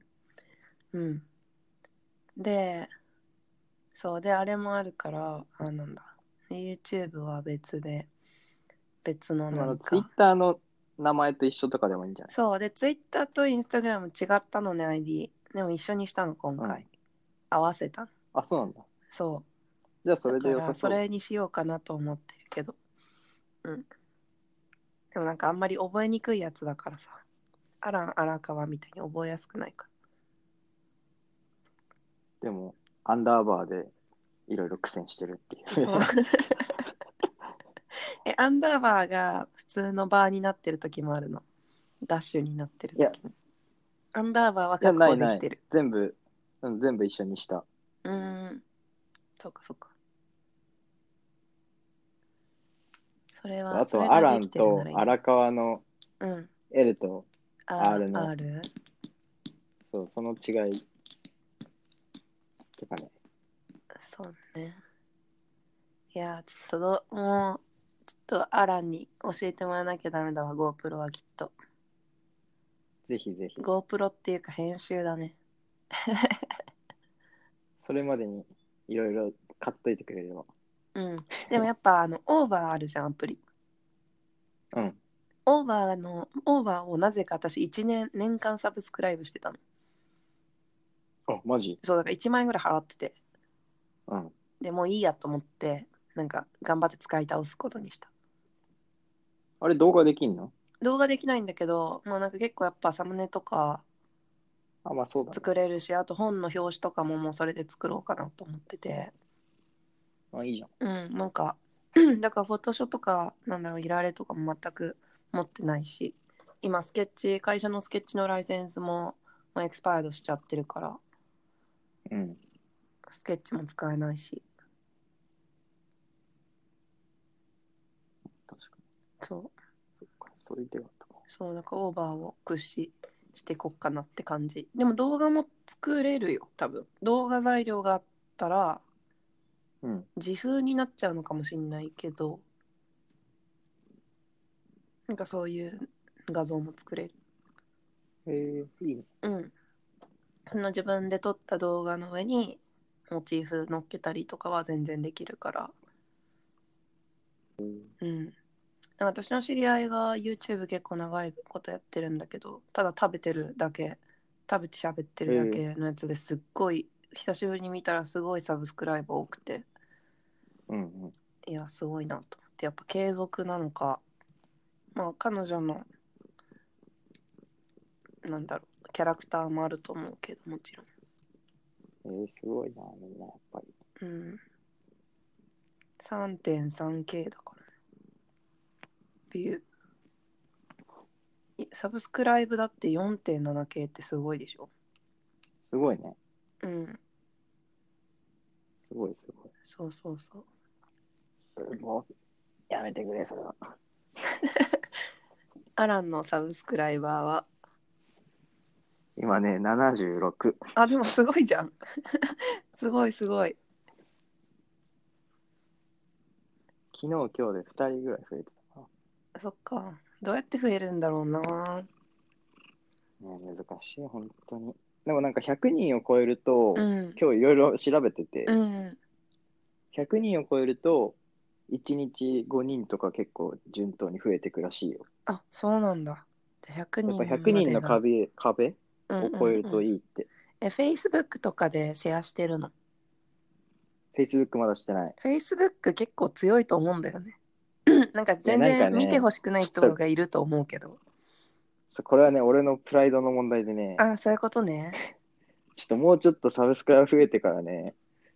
Speaker 3: うん。で、そうであれもあるからあなんだ。で YouTube は別で別の
Speaker 2: あ
Speaker 3: な
Speaker 2: の、
Speaker 3: ん
Speaker 2: ツイッ
Speaker 3: か。
Speaker 2: ターの名前と一緒とかでもいいんじゃない
Speaker 3: そうで Twitter と Instagram 違ったのね ID。でも一緒にしたの今回。
Speaker 2: うん
Speaker 3: 合わせたの。
Speaker 2: あ、そうなんだ。
Speaker 3: そう。
Speaker 2: じゃあ、それで良
Speaker 3: だか
Speaker 2: さ
Speaker 3: らそ
Speaker 2: そう。
Speaker 3: れにしようかなと思ってるけど。うん。でもなんかあんまり覚えにくいやつだからさ。アラン荒川みたいに覚えやすくないか。
Speaker 2: でも、アンダーバーでいろいろ苦戦してるっていう。
Speaker 3: そう え、アンダーバーが普通のバーになってる時もあるの。ダッシュになってる
Speaker 2: いや
Speaker 3: 時も。アンダーバーはい
Speaker 2: や
Speaker 3: 確
Speaker 2: な
Speaker 3: 保
Speaker 2: い
Speaker 3: で
Speaker 2: な
Speaker 3: き
Speaker 2: い
Speaker 3: てる。
Speaker 2: 全部、うん、全部一緒にした。
Speaker 3: うーん。そうかそうか。それは、
Speaker 2: あ
Speaker 3: それ
Speaker 2: と、
Speaker 3: が
Speaker 2: アラ
Speaker 3: でき
Speaker 2: ン
Speaker 3: てる
Speaker 2: と
Speaker 3: ならいいね
Speaker 2: 荒川の
Speaker 3: うん。
Speaker 2: L と、
Speaker 3: あ
Speaker 2: R の
Speaker 3: R?
Speaker 2: そう、その違い。とかね。
Speaker 3: そうね。いやー、ちょっとどう、もう、ちょっとアランに教えてもらわなきゃダメだわ、GoPro はきっと。
Speaker 2: ぜひぜひ。
Speaker 3: GoPro っていうか編集だね。
Speaker 2: それまでにいろいろ買っといてくれれば。
Speaker 3: うん。でもやっぱ、あの、オーバーあるじゃん、アプリ。
Speaker 2: うん。
Speaker 3: オーバーの、オーバーをなぜか私1年、年間サブスクライブしてたの。
Speaker 2: あ、マジ
Speaker 3: そう、だから1万円ぐらい払ってて。
Speaker 2: うん。
Speaker 3: でもういいやと思って、なんか頑張って使い倒すことにした。
Speaker 2: あれ、動画できんの
Speaker 3: 動画できないんだけど、もうなんか結構やっぱサムネとか
Speaker 2: あ、まあそうだ、ね。
Speaker 3: 作れるし、あと本の表紙とかももうそれで作ろうかなと思ってて。
Speaker 2: あ、いいじゃん。
Speaker 3: うん、なんか、 だからフォトショーとか、なんだろう、いられとかも全く持ってないし、今、スケッチ、会社のスケッチのライセンスも、もうエクスパイアドしちゃってるから、
Speaker 2: うん。
Speaker 3: スケッチも使えないし、
Speaker 2: 確かに。
Speaker 3: そう、
Speaker 2: そっか。そういう手があったか。
Speaker 3: そう、なんかオーバーを駆使してこっかなって感じ。でも動画も作れるよ、多分。動画材料があったら、
Speaker 2: うん。
Speaker 3: 自風になっちゃうのかもしれないけど、なんかそういう画像も作れる。
Speaker 2: へえいいね。
Speaker 3: うん。その自分で撮った動画の上にモチーフ乗っけたりとかは全然できるから。うん。なんか私の知り合いが YouTube 結構長いことやってるんだけど、ただ食べてるだけ、食べて喋ってるだけのやつですっごい、久しぶりに見たらすごいサブスクライブ多くて、
Speaker 2: うんうん。
Speaker 3: いや、すごいなと思って、やっぱ継続なのか、まあ彼女の、なんだろう、キャラクターもあると思うけど、もちろん。
Speaker 2: えー、すごいな、みんな、やっぱり。
Speaker 3: うん。3.3K だからね。ビュー。いサブスクライブだって 4.7K ってすごいでしょ
Speaker 2: すごいね。
Speaker 3: うん
Speaker 2: すごいすごい。
Speaker 3: そうそうそう
Speaker 2: もう、やめてくれ、それは。
Speaker 3: アランのサブスクライバーは
Speaker 2: 今ね、76。
Speaker 3: あでもすごいじゃん すごいすごい
Speaker 2: 昨日、今日で2人ぐらい増えてたな。
Speaker 3: そっかどうやって増えるんだろうな
Speaker 2: ね、難しい、本当に。でもなんか100人を超えると、
Speaker 3: うん
Speaker 2: 今日いろいろ調べてて、
Speaker 3: うん
Speaker 2: 100人を超えると、1日5人とか結構順当に増えてくらしいよ。
Speaker 3: あそうなんだじゃあ100
Speaker 2: や
Speaker 3: 人
Speaker 2: っぱ100人の
Speaker 3: まで
Speaker 2: 壁壁
Speaker 3: が
Speaker 2: を超えるとい
Speaker 3: うんうんうん
Speaker 2: いって。
Speaker 3: え Facebook とかでシェアしてるの
Speaker 2: Facebook まだしてない。
Speaker 3: Facebook 結構強いと思うんだよねなんか全
Speaker 2: いやなん
Speaker 3: 然
Speaker 2: かね
Speaker 3: 見てほしくない人がいると思うけど
Speaker 2: そうこれはね、俺のプライドの問題でね、
Speaker 3: あそういうことね
Speaker 2: ちょっともうちょっとサブスクが増えてからね、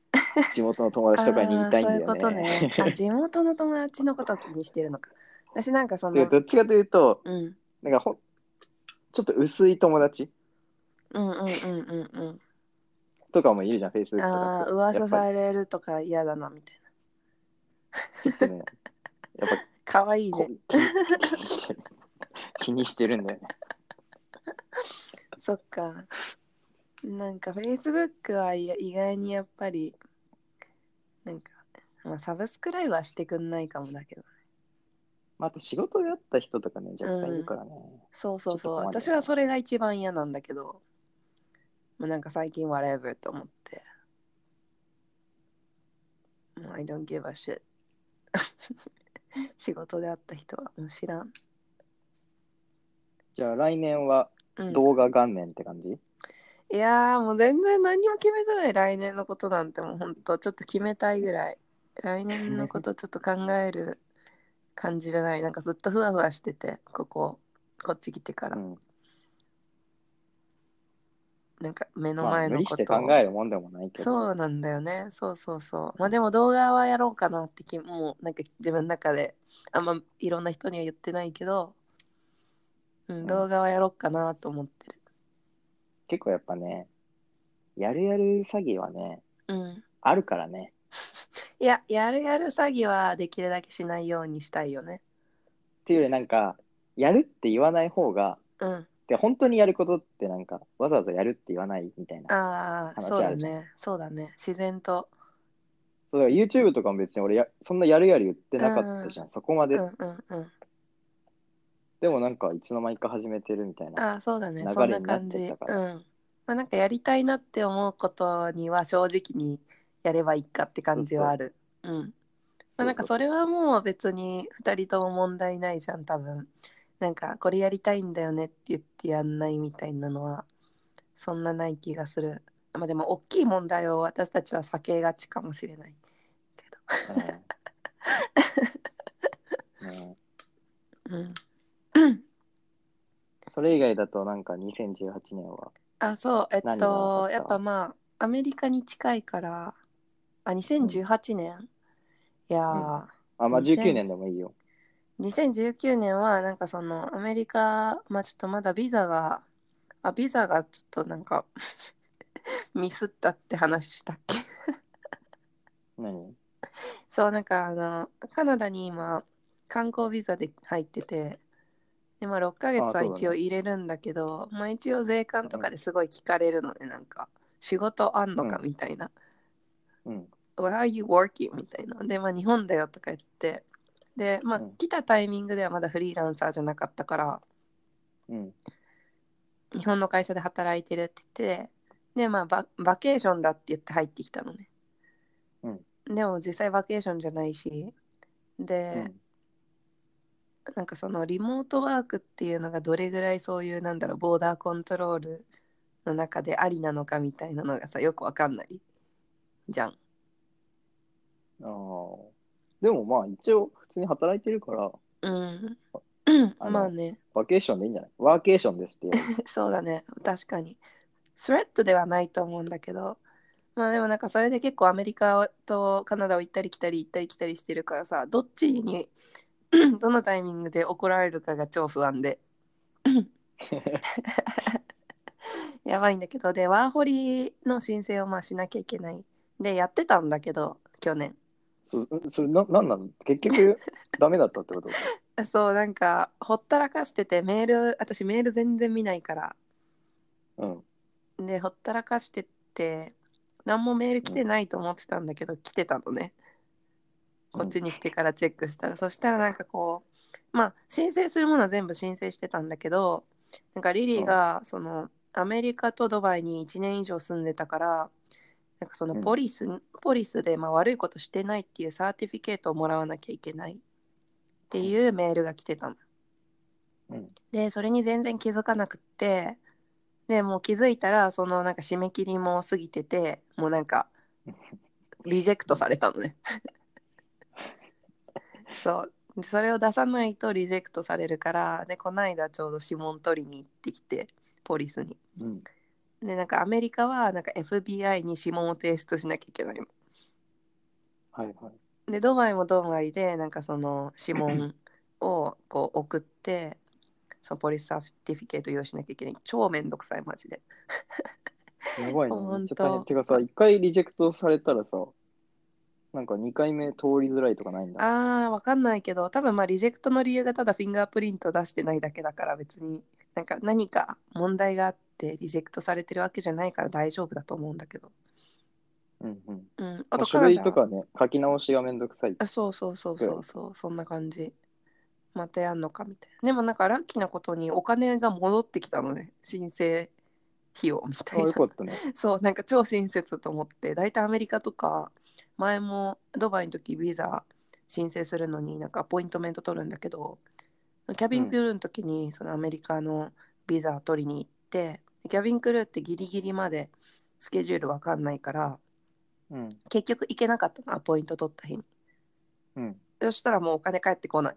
Speaker 2: 地元の友達とかに言いたいんだよね。
Speaker 3: あーそういうことね。あ、地元の友達のことを気にしてるのか。私なんかそ
Speaker 2: で
Speaker 3: の、
Speaker 2: どっちかというと、
Speaker 3: うん、うん
Speaker 2: なんかほんちょっと薄い友達
Speaker 3: うんうんうん
Speaker 2: とかもいるじゃん、
Speaker 3: う
Speaker 2: Facebook と
Speaker 3: ん。あ
Speaker 2: かっ
Speaker 3: あー、
Speaker 2: て。
Speaker 3: 噂
Speaker 2: やっぱ
Speaker 3: されるとか嫌だなみたいな。
Speaker 2: りちょっ とね、やっぱ
Speaker 3: かわいい
Speaker 2: こ
Speaker 3: ね。
Speaker 2: 気にしてる。気にしてるんだよね。
Speaker 3: そっか。なんか Facebook はいや意外にやっぱり、なんか、まあ、サブスクライブはしてくんないかもだけど。
Speaker 2: まああと仕事があった人とかね、若干いるからね。
Speaker 3: そうそうそう。
Speaker 2: ちょっと困るよね
Speaker 3: 私はそれが一番嫌なんだけど、まあ、なんか最近 whatever と思って。もう I don't give a shit. 仕事で会った人はもう知らん。
Speaker 2: じゃあ来年は
Speaker 3: うん、
Speaker 2: 動画元年って感じ、
Speaker 3: いやーもう全然何にも決めてない来年のことなんてもうほんとちょっと決めたいぐらい。来年のことちょっと考える感じじゃない。なんかずっとふわふわしてて、ここ、こっち来てから。
Speaker 2: うん
Speaker 3: なんか目の
Speaker 2: まあ、
Speaker 3: 前
Speaker 2: 無
Speaker 3: の
Speaker 2: 理
Speaker 3: こ
Speaker 2: して
Speaker 3: と
Speaker 2: 考
Speaker 3: を
Speaker 2: えるもんでもないけど。
Speaker 3: そうなんだよね。そうそうそう。まあでも動画はやろうかなってき、もうなんか自分の中で、あんまいろんな人には言ってないけど、う
Speaker 2: うん
Speaker 3: ん、動画はやろうかなと思ってる。
Speaker 2: 結構やっぱね、やるやる詐欺はね、
Speaker 3: うん。
Speaker 2: あるからね。
Speaker 3: いや、やるやる詐欺はできるだけしないようにしたいよね。
Speaker 2: っていうよりなんか、やるって言わない方が、
Speaker 3: うん。
Speaker 2: で本当にやることってなんか、わざわざやるって言わないみたいな。
Speaker 3: ああ、
Speaker 2: 話
Speaker 3: そう
Speaker 2: あ
Speaker 3: だ
Speaker 2: るじ
Speaker 3: ね。そうだね。自然と。
Speaker 2: そうだから YouTube とかも別に俺や、そんなやるやる言ってなかったじゃん、そこま
Speaker 3: う
Speaker 2: で。
Speaker 3: んうんうん。
Speaker 2: でもなんか、いつの間にか始めてるみたいな。
Speaker 3: ああ、そうだね。そ
Speaker 2: 流
Speaker 3: ん
Speaker 2: れ
Speaker 3: な
Speaker 2: になっ
Speaker 3: 感じ。
Speaker 2: ちゃ
Speaker 3: う
Speaker 2: っ
Speaker 3: ん
Speaker 2: たから。
Speaker 3: まあなんかやりたいなって思うことには正直にやればいいかって感じはある。うん。まあ、なんかそれはもう別に2人とも問題ないじゃん多分なんかこれやりたいんだよねって言ってやんないみたいなのはそんなない気がするまあでも大きい問題を私たちは避けがちかもしれないけ
Speaker 2: うんね
Speaker 3: どうん
Speaker 2: それ以外だとなんか2018年は、
Speaker 3: あそうえっ
Speaker 2: 何が分かっ
Speaker 3: と
Speaker 2: た
Speaker 3: やっぱまあアメリカに近いからあ2018年、いやー、
Speaker 2: あ、まあ
Speaker 3: 2000
Speaker 2: 19年でもいいよ。
Speaker 3: 2019年はなんかそのアメリカ、まあ、ちょっとまだビザがあビザがちょっとなんか ミスったって話したっけ
Speaker 2: 何
Speaker 3: そうなんかあのカナダに今観光ビザで入っててで、まあ、6ヶ月
Speaker 2: あそうだ
Speaker 3: は
Speaker 2: ね
Speaker 3: 一応入れるんだけどまあ、一応税関とかですごい聞かれるので、なんか仕事あんのか
Speaker 2: うん
Speaker 3: みたいな
Speaker 2: うん。
Speaker 3: Where are you working? みたいな。で、まあ、日本だよとか言って。で、まあ
Speaker 2: うん、
Speaker 3: 来たタイミングではまだフリーランサーじゃなかったから、
Speaker 2: うん。
Speaker 3: 日本の会社で働いてるって言って、で、まあバ、バケーションだって言って入ってきたのね。でも、実際バケーションじゃないし、
Speaker 2: う
Speaker 3: で、
Speaker 2: ん。
Speaker 3: なんかそのリモートワークっていうのがどれぐらいそういう、なんだろう、ボーダーコントロールの中でありなのかみたいなのがさ、よくわかんないじゃん。
Speaker 2: あーでもまあ一応普通に働いてるから、
Speaker 3: うん。
Speaker 2: あの
Speaker 3: まあね。
Speaker 2: バケーションでいいんじゃないワーケーションですって言えば
Speaker 3: そうだね確かにスレッドではないと思うんだけどまあでもなんかそれで結構アメリカとカナダを行ったり来たり行ったり来たりしてる からさどっちにどのタイミングで怒られるかが超不安でやばいんだけどでワーホリの申請をまあしなきゃいけないでやってたんだけど去年
Speaker 2: そそれななんなの結局ダメだったってこと
Speaker 3: そうなんかほったらかしててメール私メール全然見ないから
Speaker 2: うん
Speaker 3: でほったらかしてて何もメール来てないと思ってたんだけど、来てたのねこっちに来てからチェックしたら、そしたらなんかこうまあ申請するものは全部申請してたんだけどなんかリリーがその、アメリカとドバイに1年以上住んでたからなんかその
Speaker 2: うん
Speaker 3: ポリス、ポリスでまあ悪いことしてないっていうサーティフィケートをもらわなきゃいけないっていうメールが来てたの。
Speaker 2: うん
Speaker 3: でそれに全然気づかなくってでもう気づいたらそのなんか締め切りも過ぎててもうなん かリジェクトされたのね そうでそれを出さないとリジェクトされるからでこないだちょうど指紋取りに行ってきてポリスに
Speaker 2: うん
Speaker 3: でなんかアメリカはなんか FBI に指紋を提出しなきゃいけないの
Speaker 2: はいはい
Speaker 3: でドバイもドバイでなんかその指紋をこう送ってそのポリスサーティフィケート用意しなきゃいけない超めんどくさいマジで
Speaker 2: やばいな、
Speaker 3: ほ
Speaker 2: め
Speaker 3: んと
Speaker 2: っちゃ大変。てかさ、一回リジェクトされたらさ、なんか二回目通りづらいとかないんだ。
Speaker 3: あーわかんないけど多分まあリジェクトの理由がただフィンガープリントを出してないだけだから別になんか何か問題があってリジェクトされてるわけじゃないから大丈夫だと思うんだけど、
Speaker 2: うんうん。
Speaker 3: うん、
Speaker 2: ま
Speaker 3: あ
Speaker 2: あ
Speaker 3: と
Speaker 2: 書
Speaker 3: カナ
Speaker 2: 類
Speaker 3: ダ
Speaker 2: とかね、書き直しがめんどくさい。
Speaker 3: あそうそうそうそうそうそんな感じまたやんのかみたいなでもなんかラッキーなことにお金が戻ってきたのね申請費用み
Speaker 2: あ、
Speaker 3: たいな
Speaker 2: よかったね。
Speaker 3: そうなんか超親切と思って大体アメリカとか前もドバイの時ビザ申請するのになんかアポイントメント取るんだけどキャビンクルーの時にそのアメリカのビザ取りに行ってキャビンクルーってギリギリまでスケジュールわかんないから
Speaker 2: うん。
Speaker 3: 結局行けなかったのアポイント取った日に
Speaker 2: うん。
Speaker 3: そしたらもうお金返ってこない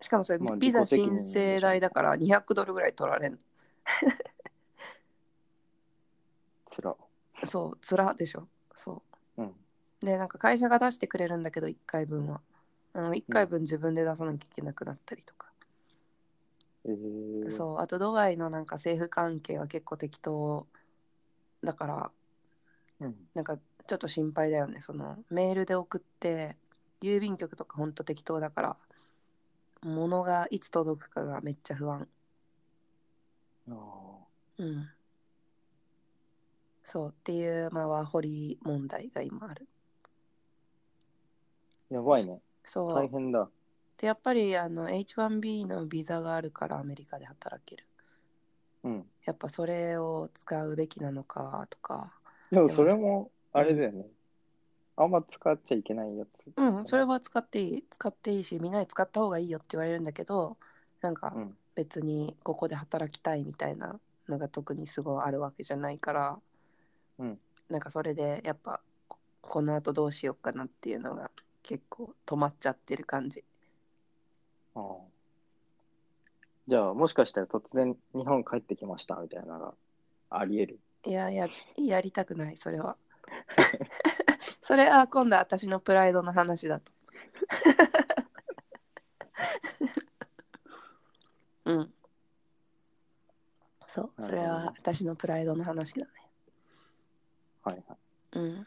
Speaker 3: しかもそれ
Speaker 2: まあ
Speaker 3: ビザ
Speaker 2: 自己責任
Speaker 3: 申請代だから200ドルぐらい取られん
Speaker 2: つら。
Speaker 3: そうつらでしょそう
Speaker 2: うん。
Speaker 3: でなんか会社が出してくれるんだけど1回分はあの1回分自分で出さなきゃいけなくなったりとか、
Speaker 2: えー、
Speaker 3: そうあとドバイのなんか政府関係は結構適当だから
Speaker 2: うん。
Speaker 3: なんかちょっと心配だよねそのメールで送って郵便局とかほんと適当だから物がいつ届くかがめっちゃ不安
Speaker 2: あ
Speaker 3: うんそうっていうまあワーホリ問題が今ある
Speaker 2: ーやばいね。
Speaker 3: そう、
Speaker 2: 大変だ。
Speaker 3: でやっぱりあの H1B のビザがあるからアメリカで働ける
Speaker 2: うん。
Speaker 3: やっぱそれを使うべきなのかとか
Speaker 2: でもそれも、あれだよね。あんま使っちゃいけないやつ。
Speaker 3: うんそれは使っていい使っていいしみんなに使った方がいいよって言われるんだけどなんか
Speaker 2: うん
Speaker 3: 別にここで働きたいみたいなのが特にすごいあるわけじゃないから、
Speaker 2: うん
Speaker 3: なんかそれでやっぱここのあとどうしようかなっていうのが結構止まっちゃってる感じ
Speaker 2: あーじゃあ、もしかしたら突然日本帰ってきましたみたいなのがあり得る。
Speaker 3: いやいややりたくないそれ はそれは今度私のプライドの話だと うんそう
Speaker 2: な
Speaker 3: そ
Speaker 2: るほどね
Speaker 3: れは私のプライドの話だね
Speaker 2: はいはい。
Speaker 3: うん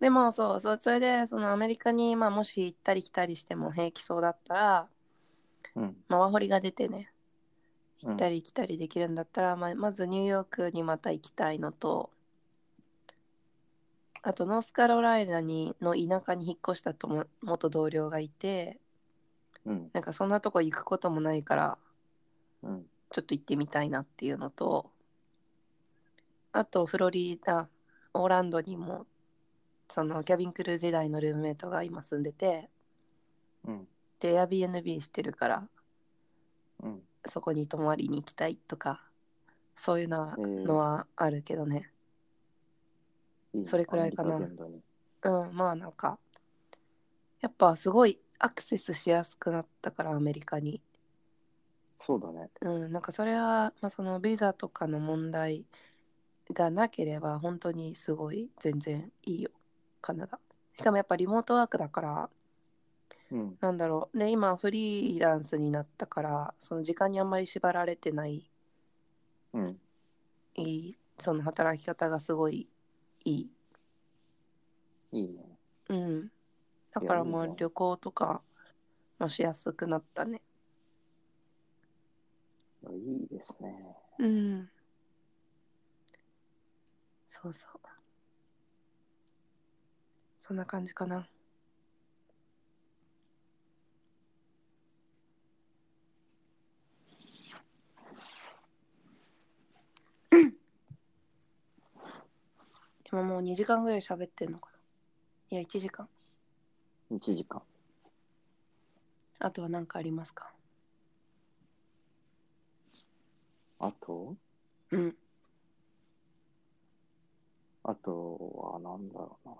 Speaker 3: でもそうそうそれでそのアメリカに、まあ、もし行ったり来たりしても平気そうだったら、
Speaker 2: うん。
Speaker 3: まあ、ワーホリが出てね
Speaker 2: うん
Speaker 3: 行ったり来たりできるんだったら、まあ、まずニューヨークにまた行きたいのとあとノースカロライナにの田舎に引っ越したとも元同僚がいて
Speaker 2: うん。
Speaker 3: なんかそんなとこ行くこともないから
Speaker 2: うん。
Speaker 3: ちょっと行ってみたいなっていうのとあとフロリダオーランドにもそのキャビンクルー時代のルームメイトが今住んでて
Speaker 2: うん。
Speaker 3: で Airbnb してるから
Speaker 2: うん。
Speaker 3: そこに泊まりに行きたいとかそういうのは,、のはあるけどね
Speaker 2: いいね
Speaker 3: それくらいかな
Speaker 2: アメリカ全土に
Speaker 3: うんまあなんかやっぱすごいアクセスしやすくなったからアメリカに
Speaker 2: そうだね。
Speaker 3: うんなんかそれは、まあ、そのビザとかの問題がなければ本当にすごい全然いいよカナダしかもやっぱリモートワークだから
Speaker 2: うん。
Speaker 3: なんだろう。で、今フリーランスになったから、その時間にあんまり縛られてない、
Speaker 2: うん。
Speaker 3: いいその働き方がすごいいい。
Speaker 2: いいね。
Speaker 3: うん。だからも
Speaker 2: いやいいうね
Speaker 3: 旅行とかもしやすくなったね。
Speaker 2: いいですね。
Speaker 3: うん。そうそう。そんな感じかな。 今もう2時間ぐらい喋ってんのかな。いや、1時間。
Speaker 2: 1時間。
Speaker 3: あとは何かありますか
Speaker 2: あと
Speaker 3: うん。
Speaker 2: あとはなんだろうな。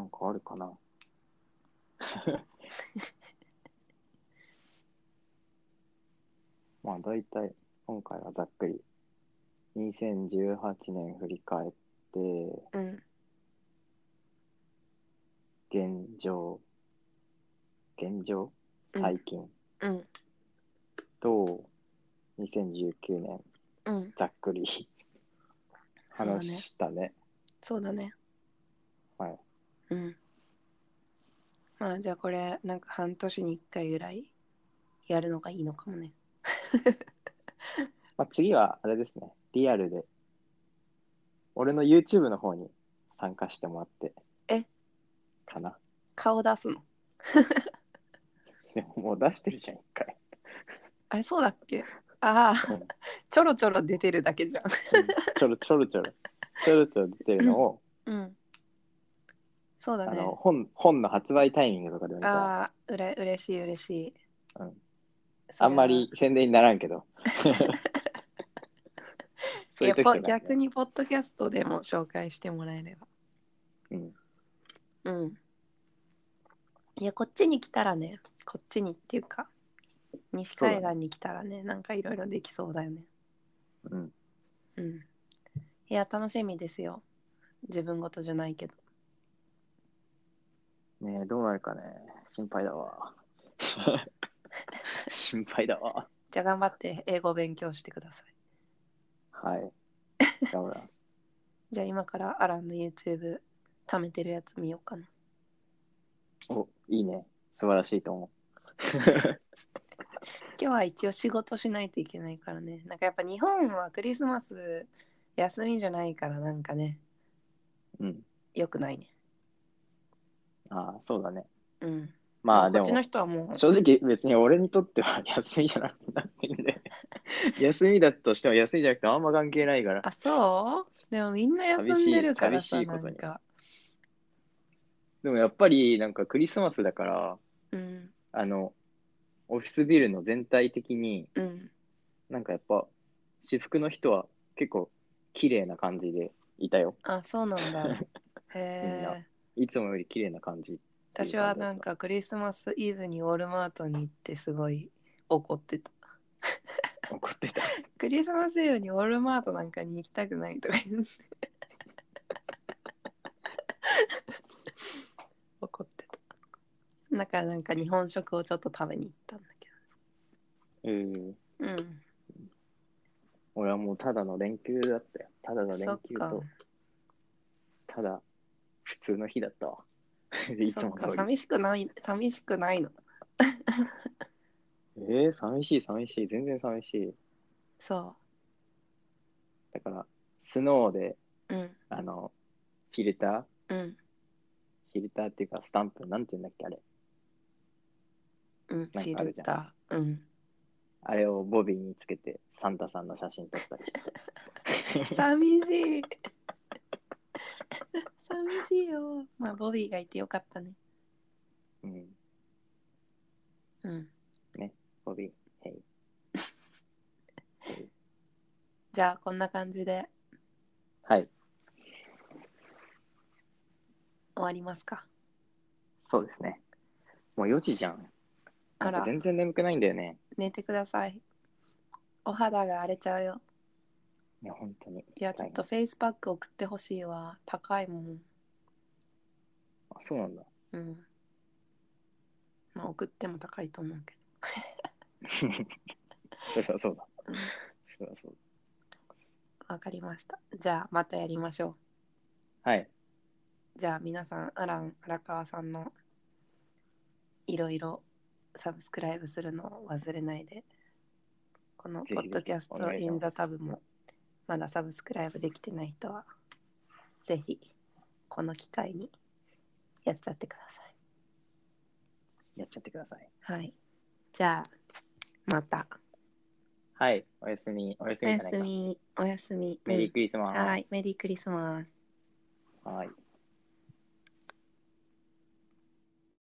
Speaker 2: なんかあるかな。 まあ大体今回はざっくり2018年振り返って
Speaker 3: うん。
Speaker 2: 現状現状
Speaker 3: うん
Speaker 2: 最近
Speaker 3: うん。
Speaker 2: と2019年
Speaker 3: うん。
Speaker 2: ざっくり
Speaker 3: そうだね
Speaker 2: 話したね。
Speaker 3: そうだね。
Speaker 2: はい。
Speaker 3: うん。まあじゃあこれなんか半年に1回ぐらいやるのがいいのかもね。
Speaker 2: まあ、次はあれですね、リアルで、俺の YouTube の方に参加してもらって、
Speaker 3: え
Speaker 2: かな。
Speaker 3: 顔出すの。
Speaker 2: でももう出してるじゃん、一 回。
Speaker 3: あれそうだっけああ、
Speaker 2: うん
Speaker 3: ちょろちょろ出てるだけじゃん。
Speaker 2: うんちょろちょろちょろ、ちょろちょろ出てるのを、
Speaker 3: うん。そうだ
Speaker 2: あ
Speaker 3: ね。
Speaker 2: の本本の発売タイミングとかでもいいから、
Speaker 3: ああ、うれ嬉しい嬉しい。
Speaker 2: うん
Speaker 3: それ
Speaker 2: あ
Speaker 3: は
Speaker 2: んまり宣伝にならんけ ど。
Speaker 3: い
Speaker 2: そういう
Speaker 3: や
Speaker 2: 時
Speaker 3: ポ
Speaker 2: とかね
Speaker 3: 逆にポッドキャストでも紹介してもらえれば。
Speaker 2: うん、
Speaker 3: うん。いや、こっちに来たらね、こっちにっていうか、西海岸に来たらね、なんかいろいろできそうだよね。
Speaker 2: うん。
Speaker 3: うん。いや、楽しみですよ。自分事じゃないけど。
Speaker 2: ねえ、どうなるかね。心配だ わ。心配だわ。
Speaker 3: じゃあ頑張って英語勉強してください。
Speaker 2: はい。頑張ります
Speaker 3: じゃあ今からアランの YouTube 貯めてるやつ見ようかな。
Speaker 2: お、いいね。素晴らしいと思
Speaker 3: 今日は一応仕事しないといけないからね。なんかやっぱ日本はクリスマス休みじゃないからなんかね、
Speaker 2: う。うん。
Speaker 3: 良くないね。
Speaker 2: ああ、そうだね。
Speaker 3: うん。
Speaker 2: まあで
Speaker 3: こっちの
Speaker 2: も、
Speaker 3: 人はもう、
Speaker 2: 正直別に俺にとっては休みじゃなくてなっていいん で。休みだとしても休みじゃなくてあんま関係ないから。
Speaker 3: あそうでもみんな休んでるからさ
Speaker 2: 寂しい
Speaker 3: な
Speaker 2: こと
Speaker 3: ん
Speaker 2: に
Speaker 3: か
Speaker 2: でもやっぱりなんかクリスマスだから、
Speaker 3: うん
Speaker 2: あの、オフィスビルの全体的に
Speaker 3: うん
Speaker 2: なんかやっぱ、私服の人は結構綺麗な感じでいたよ。
Speaker 3: あそうな んだ
Speaker 2: みんな
Speaker 3: へえ
Speaker 2: いつもより綺麗な感じ。
Speaker 3: 私はなんかクリスマスイブにウォルマートに行ってすごい怒ってた
Speaker 2: 怒ってた。
Speaker 3: クリスマスイブにウォルマートなんかに行きたくないとか言って怒ってただからなんか日本食をちょっと食べに行ったんだ
Speaker 2: うん。
Speaker 3: けどうん
Speaker 2: 俺はもうただの連休だったよ。ただの連
Speaker 3: そっ
Speaker 2: 休
Speaker 3: か
Speaker 2: と、ただ普通の日だ ったわ。いつ
Speaker 3: そっ
Speaker 2: も
Speaker 3: か
Speaker 2: 通り。
Speaker 3: 寂しくない寂しくないの
Speaker 2: えー、寂しい、寂しい。全然寂しい。
Speaker 3: そ
Speaker 2: だから、スノーで、
Speaker 3: ううん
Speaker 2: あの、フィルター
Speaker 3: うん
Speaker 2: フィルターっていうか、スタンプ、なんて言うんだっけ、あれ。
Speaker 3: うん、フ
Speaker 2: なんかあ
Speaker 3: ィ
Speaker 2: る
Speaker 3: ル
Speaker 2: じゃん
Speaker 3: ター。うん。
Speaker 2: あれをボビーにつけて、サンタさんの写真撮ったり して。
Speaker 3: 寂しい。 寂しいよ。まあ、ボディがいてよかったね。
Speaker 2: うん。
Speaker 3: うん。
Speaker 2: ボビー、ヘイ。
Speaker 3: じゃあ、こんな感じで
Speaker 2: はい、
Speaker 3: 終わりますか。
Speaker 2: そうですね。もう4時じゃん。
Speaker 3: あ、
Speaker 2: なんから全然眠くないんだよね。
Speaker 3: 寝てください。お肌が荒れちゃうよ。
Speaker 2: いや、本当に。
Speaker 3: いや、ちょっとフェイスパック送ってほしいわ。高いもん。
Speaker 2: あ、そうなんだ。
Speaker 3: うん。まあ送っても高いと思うけ
Speaker 2: そりゃそうだ。
Speaker 3: ど。うん
Speaker 2: そりゃそう
Speaker 3: わかりました。じゃあまたやりましょ
Speaker 2: だ。はい。
Speaker 3: う。じゃあ皆さん、アラン、荒川さんのいろいろサブスクライブするのを忘れないで、この
Speaker 2: ぜひ
Speaker 3: ポ
Speaker 2: ぜひ
Speaker 3: ッドキャス
Speaker 2: お
Speaker 3: ト
Speaker 2: 願いし
Speaker 3: in
Speaker 2: ます
Speaker 3: the tab もまだサブスクライブできてない人は、ぜひこの機会にやっちゃってくだ
Speaker 2: やっちゃってください。
Speaker 3: さい。はい。じゃあまた。
Speaker 2: はい。おやすみ。おやす
Speaker 3: お
Speaker 2: み
Speaker 3: や
Speaker 2: じゃない
Speaker 3: す
Speaker 2: か。
Speaker 3: み。おやすみ。
Speaker 2: メリー
Speaker 3: ク
Speaker 2: クリスマス。
Speaker 3: はい。メリークリスマス。
Speaker 2: はい。